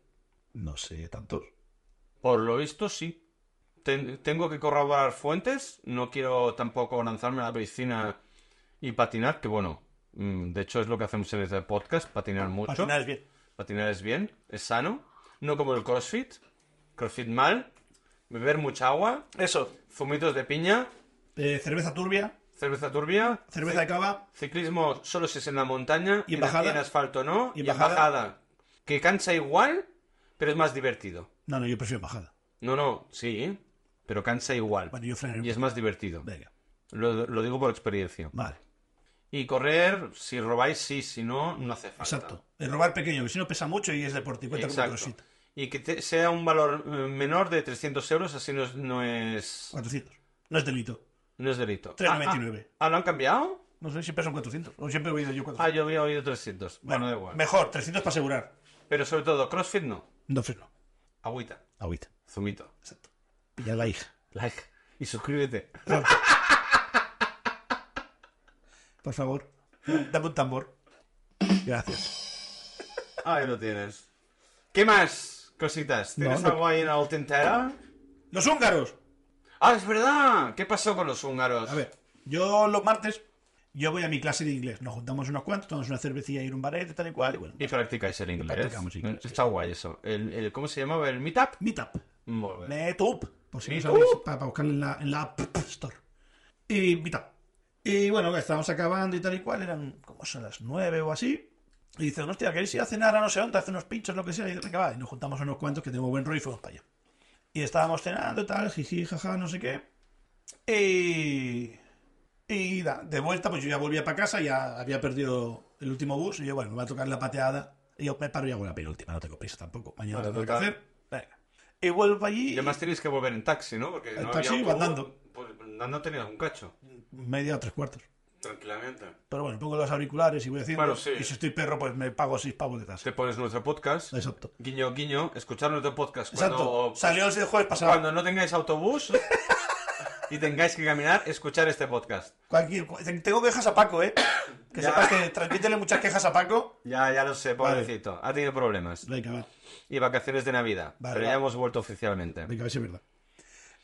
No sé, tantos. Por lo visto, sí. Ten- tengo que corroborar fuentes. No quiero tampoco lanzarme a la piscina y patinar, que bueno, mm, de hecho es lo que hacemos en este podcast, patinar mucho. Al final es bien. Patinar es bien, es sano. No como el CrossFit. CrossFit mal. Beber mucha agua. Eso. Zumitos de piña. Eh, cerveza turbia, Cerveza turbia. cerveza de cava. Ciclismo solo si es en la montaña. Y en en, bajada. en asfalto no. Y en en bajada. bajada. Que cansa igual, pero es más divertido. No, no, yo prefiero bajada. No, no, sí, ¿eh? pero cansa igual. Bueno, yo frenaré. un Y es más divertido. poco. Venga, Lo, lo digo por experiencia. vale, Y correr, si robáis, sí, si no, no hace falta. exacto. El robar pequeño, que si no pesa mucho y es deporte y cuenta como Ah, Exacto. crossfit. Y que te- sea un valor eh, menor de 300 euros, así no es, no es, 400. No es delito. no es delito. 3,99. Ah, ah, ah, ¿lo han cambiado? No sé, siempre son 400. O siempre he oído yo Ah, 400. yo había oído 300. Bueno, da igual. Mejor, 300 para asegurar. Pero sobre todo, CrossFit no. No freno. Agüita. Agüita. Zumito. Exacto. Pillar la hija. Like. Y suscríbete. Por favor, dame un tambor. Gracias. Ahí lo tienes. ¿Qué más cositas? No, ¿Tienes no. algo ahí en la autentera? Los húngaros. Ah, es verdad. ¿Qué pasó con los húngaros? A ver, yo los martes, yo voy a mi clase de inglés. Nos juntamos unos cuantos, tomamos una cervecilla y un barete, tal y cual. Y bueno, Y practicáis el inglés. Eh, practicamos inglés, Está guay eso. El, el- ¿Cómo se llamaba? ¿El meetup? meetup. Muy bien. Meetup. Por si no Meetup. sabéis, Pues para, para buscarlo en la, en la App Store. Y Meetup. Y bueno, que estábamos acabando y tal y cual, eran como son las nueve o así. Y dice, hostia, ¿queréis ir a cenar a no sé dónde? Hace unos pinchos, lo que sea. Y dice, venga, va. Y nos juntamos a unos cuantos que tengo buen rollo y fuimos para allá. Y estábamos cenando y tal, jiji, jaja, no sé qué. Y, y da- de vuelta, pues yo ya volvía para casa, ya había perdido el último bus. Y yo, bueno, me va a tocar la pateada. Y yo me paro y hago la penúltima, no tengo prisa tampoco. Mañana Vale, tengo que total. hacer. Venga. Y vuelvo allí. Y además tenéis que volver en taxi, ¿no? Porque En no taxi había iba autobús. andando. Pues andando tenías un cacho, Media o tres cuartos. tranquilamente. Pero bueno, pongo los auriculares y voy haciendo. Claro, sí. Y si estoy perro, pues me pago seis pavos de tasa. Te pones nuestro podcast. Exacto. Guiño, guiño, escuchar nuestro podcast Exacto. cuando, Salió el jueves pasado. cuando no tengáis autobús y tengáis que caminar, escuchar este podcast. Cualquier, cu- tengo quejas a Paco, ¿eh? Que Ya. sepas que transmítele muchas quejas a Paco. Ya, ya lo sé, pobrecito. Ha tenido problemas. Venga, va. Y vacaciones de Navidad. Vale, pero va. ya hemos vuelto oficialmente. Venga, a ver si es verdad.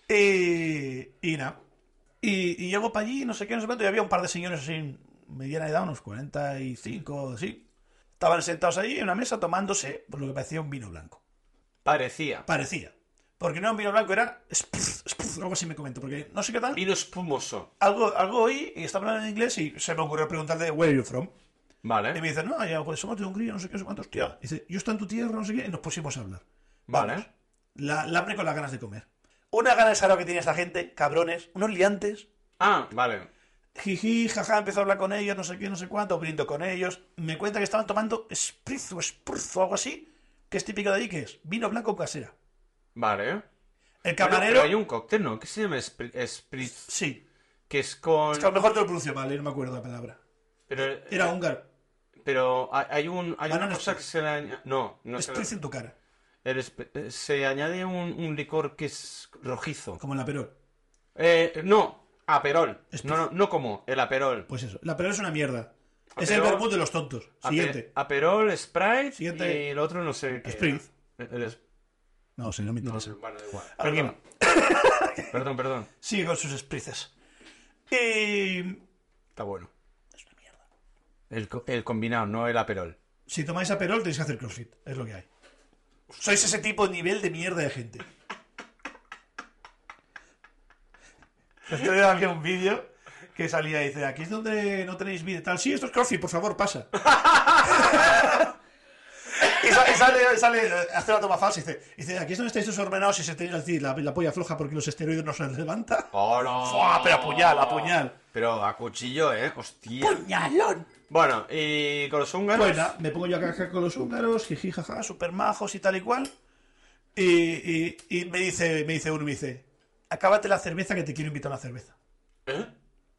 Eh, Y, y nada. Y, y llego para allí, no sé qué, no sé cuánto, y había un par de señores así, mediana edad, unos 45 o así. Estaban sentados allí en una mesa tomándose por lo que parecía un vino blanco. Parecía. Parecía. Porque no era un vino blanco, era spritz, spritz, algo así me comento, porque no sé qué tal. Vino espumoso. Algo, algo oí y estaba hablando en inglés y se me ocurrió preguntarle, ¿Where are you from? Y Vale. me dice, no, ya, pues somos de Hungría, no sé qué, no sé cuántos, tío. Dice, yo estoy en tu tierra, no sé qué, y nos pusimos a hablar. Vale. Vamos, La, la hambre con las ganas de comer. Una gana de saber que tiene esta gente, cabrones, unos liantes. Ah, vale. Jiji, jaja, empezó a hablar con ellos, no sé qué, no sé cuánto, brindo con ellos. Me cuenta que estaban tomando spritz o spritz o algo así, que es típico de allí, que es vino blanco con casera. Vale. El Bueno, camarero, pero hay un cóctel, ¿no? ¿Qué se llama Spri- Spritz? sí. Que es con... Es que a lo mejor te lo pronuncio mal, eh, no me acuerdo la palabra. Pero, Era húngaro. pero hay- hay un... Hay una Banana cosa que se le añade... No, no se le- Spritz en tu cara, el sp- eh, Se añade un, un licor que es rojizo. como en la perol. Eh, no. Aperol. Spritz. No, no, no como. El aperol. Pues eso, la perol es una mierda. Es el Aperol. vermut de los tontos. Ape- Siguiente. Aperol, Sprite Siguiente. y el otro no sé qué. Spritz. era. El- el es- No, sí, no me interesa. Bueno, da igual. Alguien. Perdón, perdón. Sigue con sus spritzes. Y Está bueno. Es una mierda. El, co- el combinado, no el aperol. si tomáis aperol tenéis que hacer crossfit. Es lo que hay. Sois ese tipo de nivel de mierda de gente. Estoy viendo aquí un vídeo que salía y dice, aquí es donde no tenéis vida y tal. Sí, esto es crossfit, por favor, pasa. y sale, sale, sale, hace la toma falsa y dice, dice, aquí es donde estáis desormenados y se tenéis así la, la polla floja porque los esteroides no se les levanta. ¡Oh, no! Fua, pero apuñal, apuñal. Pero a cuchillo, ¿eh? ¡Hostia! ¡Puñalón! Bueno, y con los húngaros... Pues nada, me pongo yo a cagar con los húngaros, jiji, jaja, super majos y tal y cual. Y, y- y me dice, me dice uno, me dice, acábate la cerveza que te quiero invitar a una cerveza. ¿Eh?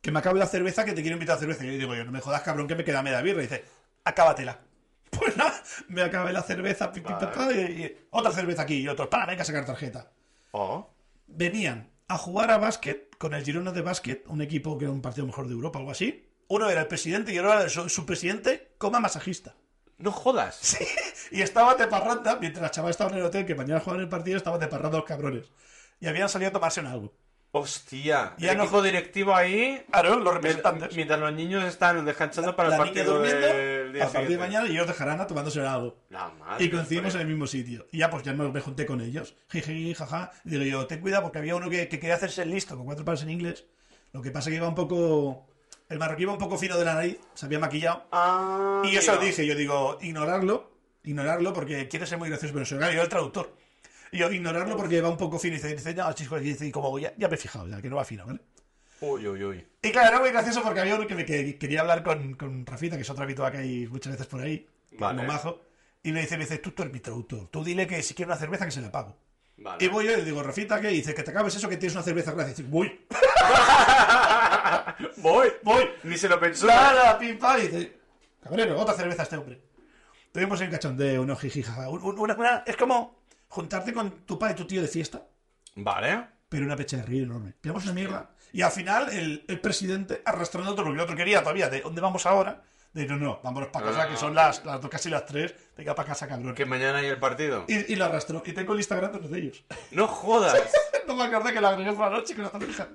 Que me acabe la cerveza que te quiero invitar a cerveza. Y yo digo, yo no me jodas, cabrón, que me queda media birra. Y dice, acábatela. Pues nada, me acabé la cerveza, pi, pi, pa, pa, y- y otra cerveza aquí y otro, para, venga a sacar tarjeta. Oh. Venían a jugar a básquet con el Girona de básquet, un equipo que era un partido mejor de Europa, algo así. Uno era el presidente y el otro era el su- subpresidente, coma masajista. ¡No jodas! Y estaban de parranda, mientras las chavales estaban en el hotel, que mañana jugaban el partido, estaban de parranda los cabrones. Y habían salido a tomarse un algo. ¡Hostia! Ya el no- equipo directivo ahí... Claro, los Mientras, mientras los niños están descansando para la el niña partido durmiendo, del día a partir de siguiente. Ah, mañana, y ellos dejarán a tomándose un algo. La madre Y coincidimos en que el mismo sitio. Y ya, pues ya me, me junté con ellos. Jiji, jaja. Y digo yo, ten cuidado, porque había uno que, que quería hacerse el listo con cuatro pares en inglés. Lo que pasa que iba un poco. El marroquí iba un poco fino de la nariz, se había maquillado. parió. Ah, Y eso mira. dije, yo digo, ignorarlo, ignorarlo porque quiere ser muy gracioso, pero soy claro, yo el traductor. Y yo, ignorarlo porque va un poco fino y dice, dice, no, chico, y dice, y como ya, ya me he fijado, ya que no va fino, ¿vale? Uy, uy, uy. Y claro, era muy gracioso porque había uno que me que- quería hablar con, con Rafita, que es otra habitual que hay muchas veces por ahí, Vale. como majo, y le dice, me dice, tú, tú eres mi traductor, tú dile que si quiere una cerveza que se la pago. Vale. Y voy yo y le digo, Rafita, ¿qué? Y dice, que te acabes eso, que tienes una cerveza gracias. Y dice, voy, Voy. voy, Ni se lo pensó. Clara, pim, pam, y dice, cabrero, otra cerveza a este hombre. Tuvimos un cachondeo, unos jijijaja. un- un- una- una- es como juntarte con tu padre y tu tío de fiesta, Vale. pero una pecha de río enorme. Pillamos una mierda. Y al final, el, el presidente arrastrando todo lo que el otro quería todavía, de dónde vamos ahora. De no, no, vámonos para casa, que son las, las dos, casi las tres. Venga para casa, cabrón. Que mañana hay el partido. Y, y lo arrastró. Y tengo el Instagram de uno de ellos. No jodas. no me acordé que lo agregué por la noche con la cerveza.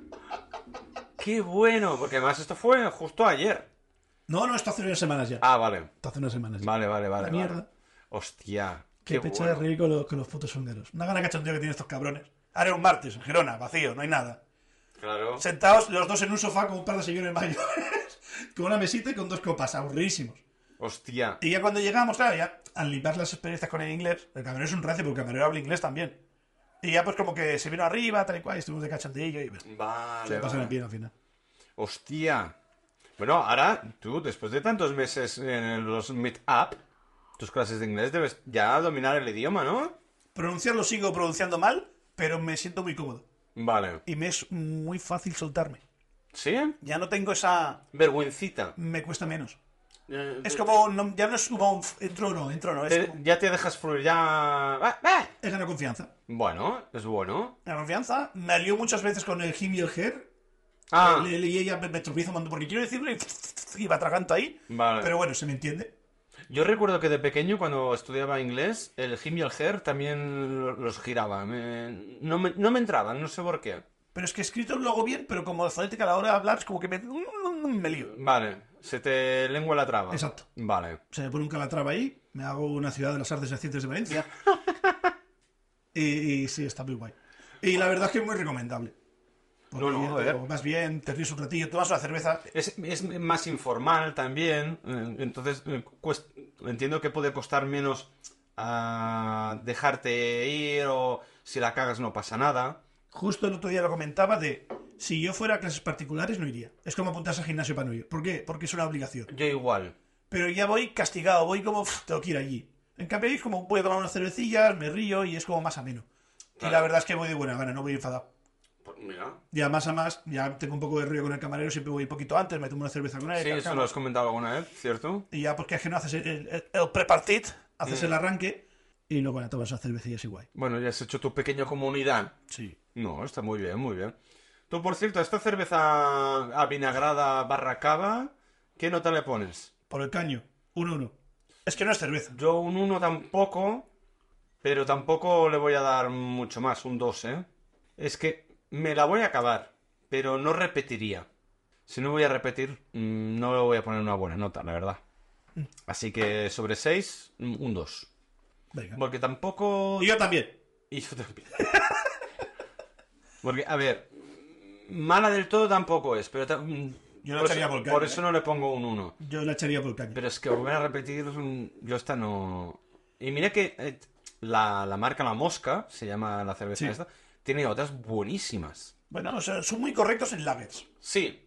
Qué bueno. Porque además esto fue justo ayer. No, no, esto hace unas semanas ya. Ah, vale. Esto hace unas semanas ya. Vale, vale, vale. La vale. mierda. Hostia. Qué, Qué pecho bueno. de reír con los, con los putos húngaros. Una gana cachondeo que tienen estos cabrones. Ahora era un martes, en Gerona, vacío, no hay nada. Claro. Sentados los dos en un sofá con un par de señores mayores, con una mesita y con dos copas, aburridísimos. Hostia. Y ya cuando llegamos, claro, ya al limpiar las experiencias con el inglés, el camarero es un racio porque el camarero habla inglés también. Y ya pues como que se vino arriba, tal y cual, y estuvimos de cachondillo y pues, Sí, se va. lo pasaron bien al final. Hostia. Bueno, ahora tú, después de tantos meses en los Meetup, tus clases de inglés debes ya dominar el idioma, ¿no? Pronunciarlo sigo pronunciando mal, pero me siento muy cómodo. Vale. Y me es muy fácil soltarme. ¿Sí? Ya no tengo esa... Vergüencita. Me cuesta menos. Eh, Es como... este. no- ya no es como... un f- Entro o no, entro o no. Es, te- como- ya te dejas fluir, ya... ¡Ah, ah! he ganado confianza. Bueno, es bueno. La confianza me lió muchas veces con el him y el her. Ah, Le, le- y ella me, me tropiezo cuando- porque quiero decirlo y, y me atraganto ahí. vale. Pero bueno, se me entiende. Yo recuerdo que de pequeño, cuando estudiaba inglés, el him y el her también lo- los giraba. Me- No, me, no me entraban, no sé por qué. Pero es que escrito lo hago bien, pero como fonética a la hora de hablar es como que me, me lío. Vale, se te lengua la traba. Exacto. Vale. Se me pone un calatrava ahí, me hago una ciudad de las artes y ciencias de Valencia. y, y sí, está muy guay. Y la verdad es que es muy recomendable. Porque No, no, ya te joder. digo, vas bien, te ríes un ratillo, tomas una cerveza. Es, es más informal también, eh, entonces eh, cuest- entiendo que puede costar menos ah, dejarte ir o si la cagas no pasa nada. Justo el otro día lo comentaba de si yo fuera a clases particulares no iría. Es como apuntarse al gimnasio para no ir. ¿Por qué? Porque es una obligación. Yo igual. pero ya voy castigado, voy como "Pf, tengo que ir allí. En cambio, ahí es como voy a tomar unas cervecillas, me río y es como más ameno. Y la verdad es que voy de buena gana, no voy enfadado. Pues mira. Ya más a más, ya tengo un poco de río con el camarero, siempre voy un poquito antes, me tomo una cerveza con él. Sí, tal, eso tal. lo has comentado alguna vez, ¿cierto? Y ya, porque es que no haces el, el- el pre-partid, haces Mm. el arranque y luego ya tomas una cervecilla y guay. Bueno, ya has hecho tu pequeña comunidad. Sí. No, está muy bien, muy bien. Tú, por cierto, esta cerveza avinagrada barra cava, ¿qué nota le pones? Por el caño, 1-1. Es que no es cerveza. Yo un 1 tampoco, pero tampoco le voy a dar mucho más, un 2, ¿eh? Es que me la voy a acabar, pero no repetiría. Si no voy a repetir, mm, no le voy a poner una buena nota, la verdad. Así que sobre 6, un 2. Venga. Porque tampoco... Y yo también. Y yo también. Porque, a ver, mala del todo tampoco es, pero... tam- Yo la por echaría eso- por caña, Por ¿eh? eso no le pongo un 1. Yo la echaría por el caño. Pero es que volver a repetir, mm, yo esta no... Y mira que eh, la, la marca La Mosca, se llama la cerveza Sí. esta, tiene otras buenísimas. Bueno, o sea, son muy correctos en lagers. Sí,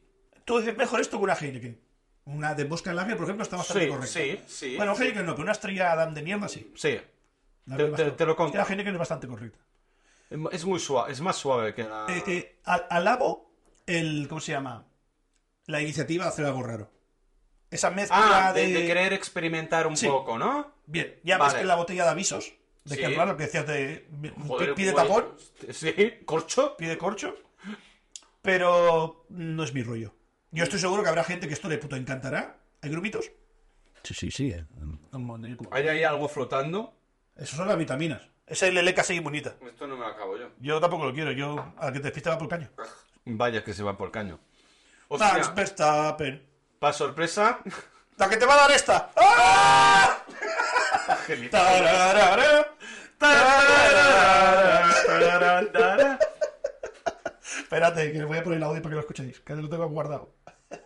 Tú dices mejor esto que una Heineken. Una de Bosca Lager, por ejemplo, está bastante sí, correcta. sí, sí. Bueno, Heineken no, pero una estrella Adam de mierda sí. sí. La Te- verdad te- es que- te lo es compro. que La Heineken es bastante correcta. Es muy suave, es más suave que la... Eh, eh, al- alabo el. ¿Cómo se llama? La iniciativa de hacer algo raro. Esa mezcla ah, de, de querer experimentar un Sí. poco, ¿no? Bien, ya Vale. ves que la botella de avisos. De Sí. que raro que decías de. Joder, pide guay. tapón, Sí, corcho. pide corcho. Pero no es mi rollo. Yo estoy seguro que habrá gente que esto le puto encantará. ¿Hay grupitos? Sí, sí, sí. eh. ¿Hay ahí algo flotando? Eso son las vitaminas. Esa es el casi inmunita. Esto no me lo acabo yo. Yo tampoco lo quiero, yo al que te despistaba por caño. Vaya que se va por caño. Max Hostia, Verstappen. para sorpresa, La que te va a dar esta. ¡Ah! Tararara, tararara. Espérate, que voy a poner el audio para que lo escuchéis, que lo tengo guardado.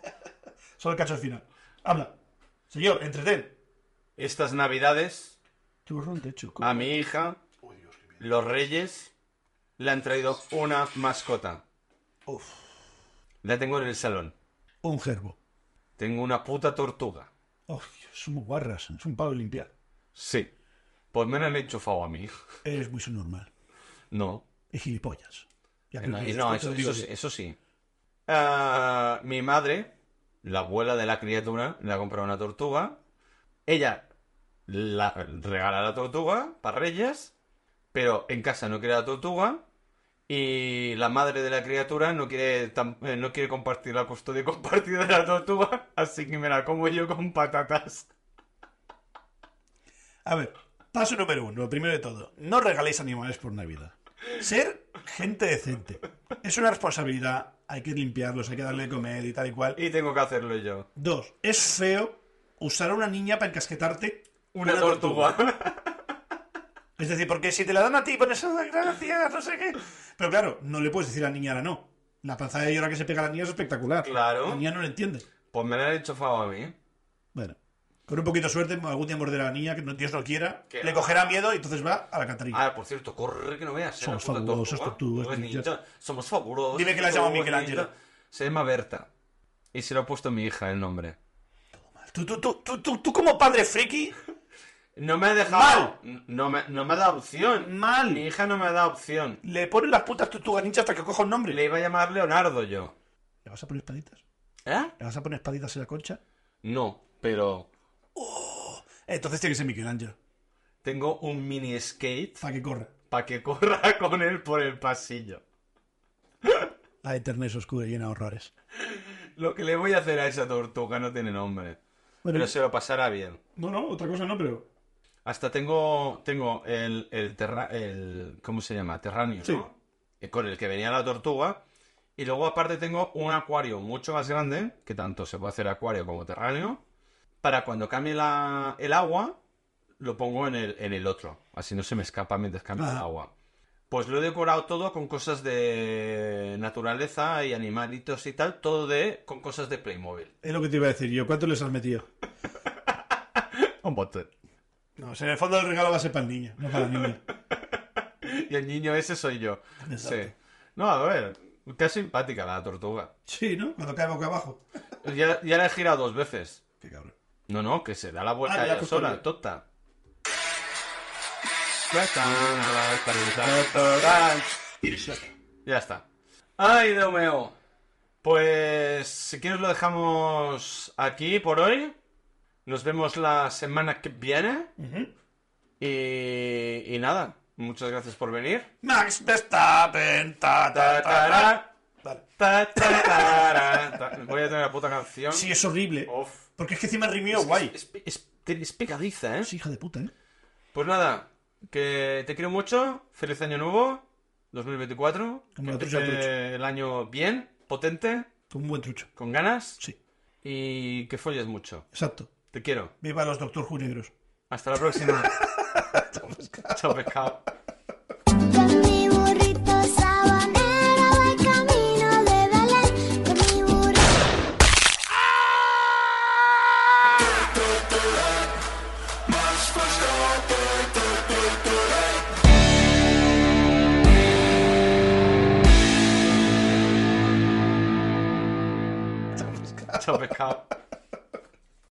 Solo el cacho al final. Habla. Señor, entretén. estas navidades, Churro un techo. a mi hija, los reyes, le han traído una mascota. Uf. La tengo en el salón. Un gerbo. Tengo una puta tortuga. Oh, son muy guarras, es un pavo limpiar. Sí. Pues me la han hecho fao a mí. Eres muy subnormal. No. Y gilipollas. Ya creo No, que no, esto eso, te digo eso sí. bien. eso sí. Ah, mi madre, la abuela de la criatura, le ha comprado una tortuga. Ella la regala la tortuga para Reyes, pero en casa no quiere la tortuga. Y la madre de la criatura no quiere, tam- eh, no quiere compartir la custodia compartida de la tortuga, así que me la como yo con patatas. A ver, paso número uno, lo primero de todo. No regaléis animales por Navidad. Ser gente decente. Es una responsabilidad. Hay que limpiarlos, hay que darle de comer y tal y cual. Y tengo que hacerlo yo. Dos, es feo usar a una niña para encasquetarte Una, tortuga. Es decir, porque si te la dan a ti, pones "Ah, gracias, no sé qué. Pero claro, no le puedes decir a la niña ahora no. La panzada de llora que se pega a la niña es espectacular. Claro. La niña no lo entiende. Pues me la han hecho fao a mí. Bueno, Con un poquito de suerte, algún día morderá a la niña, que no- Dios no quiera, Que le no. cogerá miedo y entonces va a la cantarilla. Ah, por cierto, corre que no veas. eh, Son la puta fabulosos, tortuga. este tortugas ninjas. Ninja, ¿eh? Somos fabulosos. Dime que la llamo tortugas Michelangelo. ninja. Se llama Berta. Y se lo ha puesto mi hija el nombre. Ah. Tú, tú, tú, tú, tú, tú como padre friki, No me ha dejado. No me, no me ha dado opción. mal. Mi hija no me ha dado opción. Le ponen las putas tortugas ninja hasta que coja un nombre. Le iba a llamar Leonardo yo. ¿Le vas a poner espaditas? ¿Eh? ¿Le vas a poner espaditas en la concha? No, pero Entonces tiene que ser Michelangelo. tengo un mini skate Para que corra. para que corra con él por el pasillo. La internet es oscura y llena de horrores. Lo que le voy a hacer a esa tortuga no tiene nombre. Bueno, Pero se lo pasará bien. no, no, otra cosa no, pero. Hasta tengo, tengo el, el, terra- el- ¿cómo se llama? Terráneo, Sí. ¿no? Eh, Con el que venía la tortuga. Y luego aparte tengo un acuario mucho más grande, que tanto se puede hacer acuario como terráneo, para cuando cambie la- el agua, lo pongo en el, en el otro. Así no se me escapa mientras cambia el Ajá. agua. Pues lo he decorado todo con cosas de naturaleza y animalitos y tal, todo de con cosas de Playmobil. Es lo que te iba a decir yo. ¿Cuánto les has metido? Un bote. No, o sea, en el fondo el regalo va a ser para el niño, no para la niña. Y el niño ese soy yo. Exacto. Sí. No, a ver, te es simpática la tortuga. Sí, ¿no? Cuando cae boca abajo. Ya, ya la he girado dos veces. Qué cabrón. No, no, que se da la vuelta Ah, ya ella justo sola, bien. tota. Ya está. Ay, Dios mío. Pues si quieres lo dejamos aquí por hoy. Nos vemos la semana que viene. y, y nada, muchas gracias por venir. Max Verstappen. Ta, ta, ta, ta. Ta-ta-ra, Vale. ta-ta-ra, ta- Voy a tener la puta canción. Sí, es horrible. Uf. Porque es que encima rimió guay. Es, es- es pegadiza, ¿eh? Es hija de puta, ¿eh? Pues nada, que te quiero mucho. Feliz año nuevo, 2024. Como que la trucha empiece trucha. el año bien, potente, Con un buen trucho. con ganas Sí, y que folles mucho. exacto. Te quiero. Viva los Doctor Who negros. Hasta la próxima. Chao, pescado. Con mi burrito sabanero voy camino de Belén. Con mi burrito. Chao, pescado.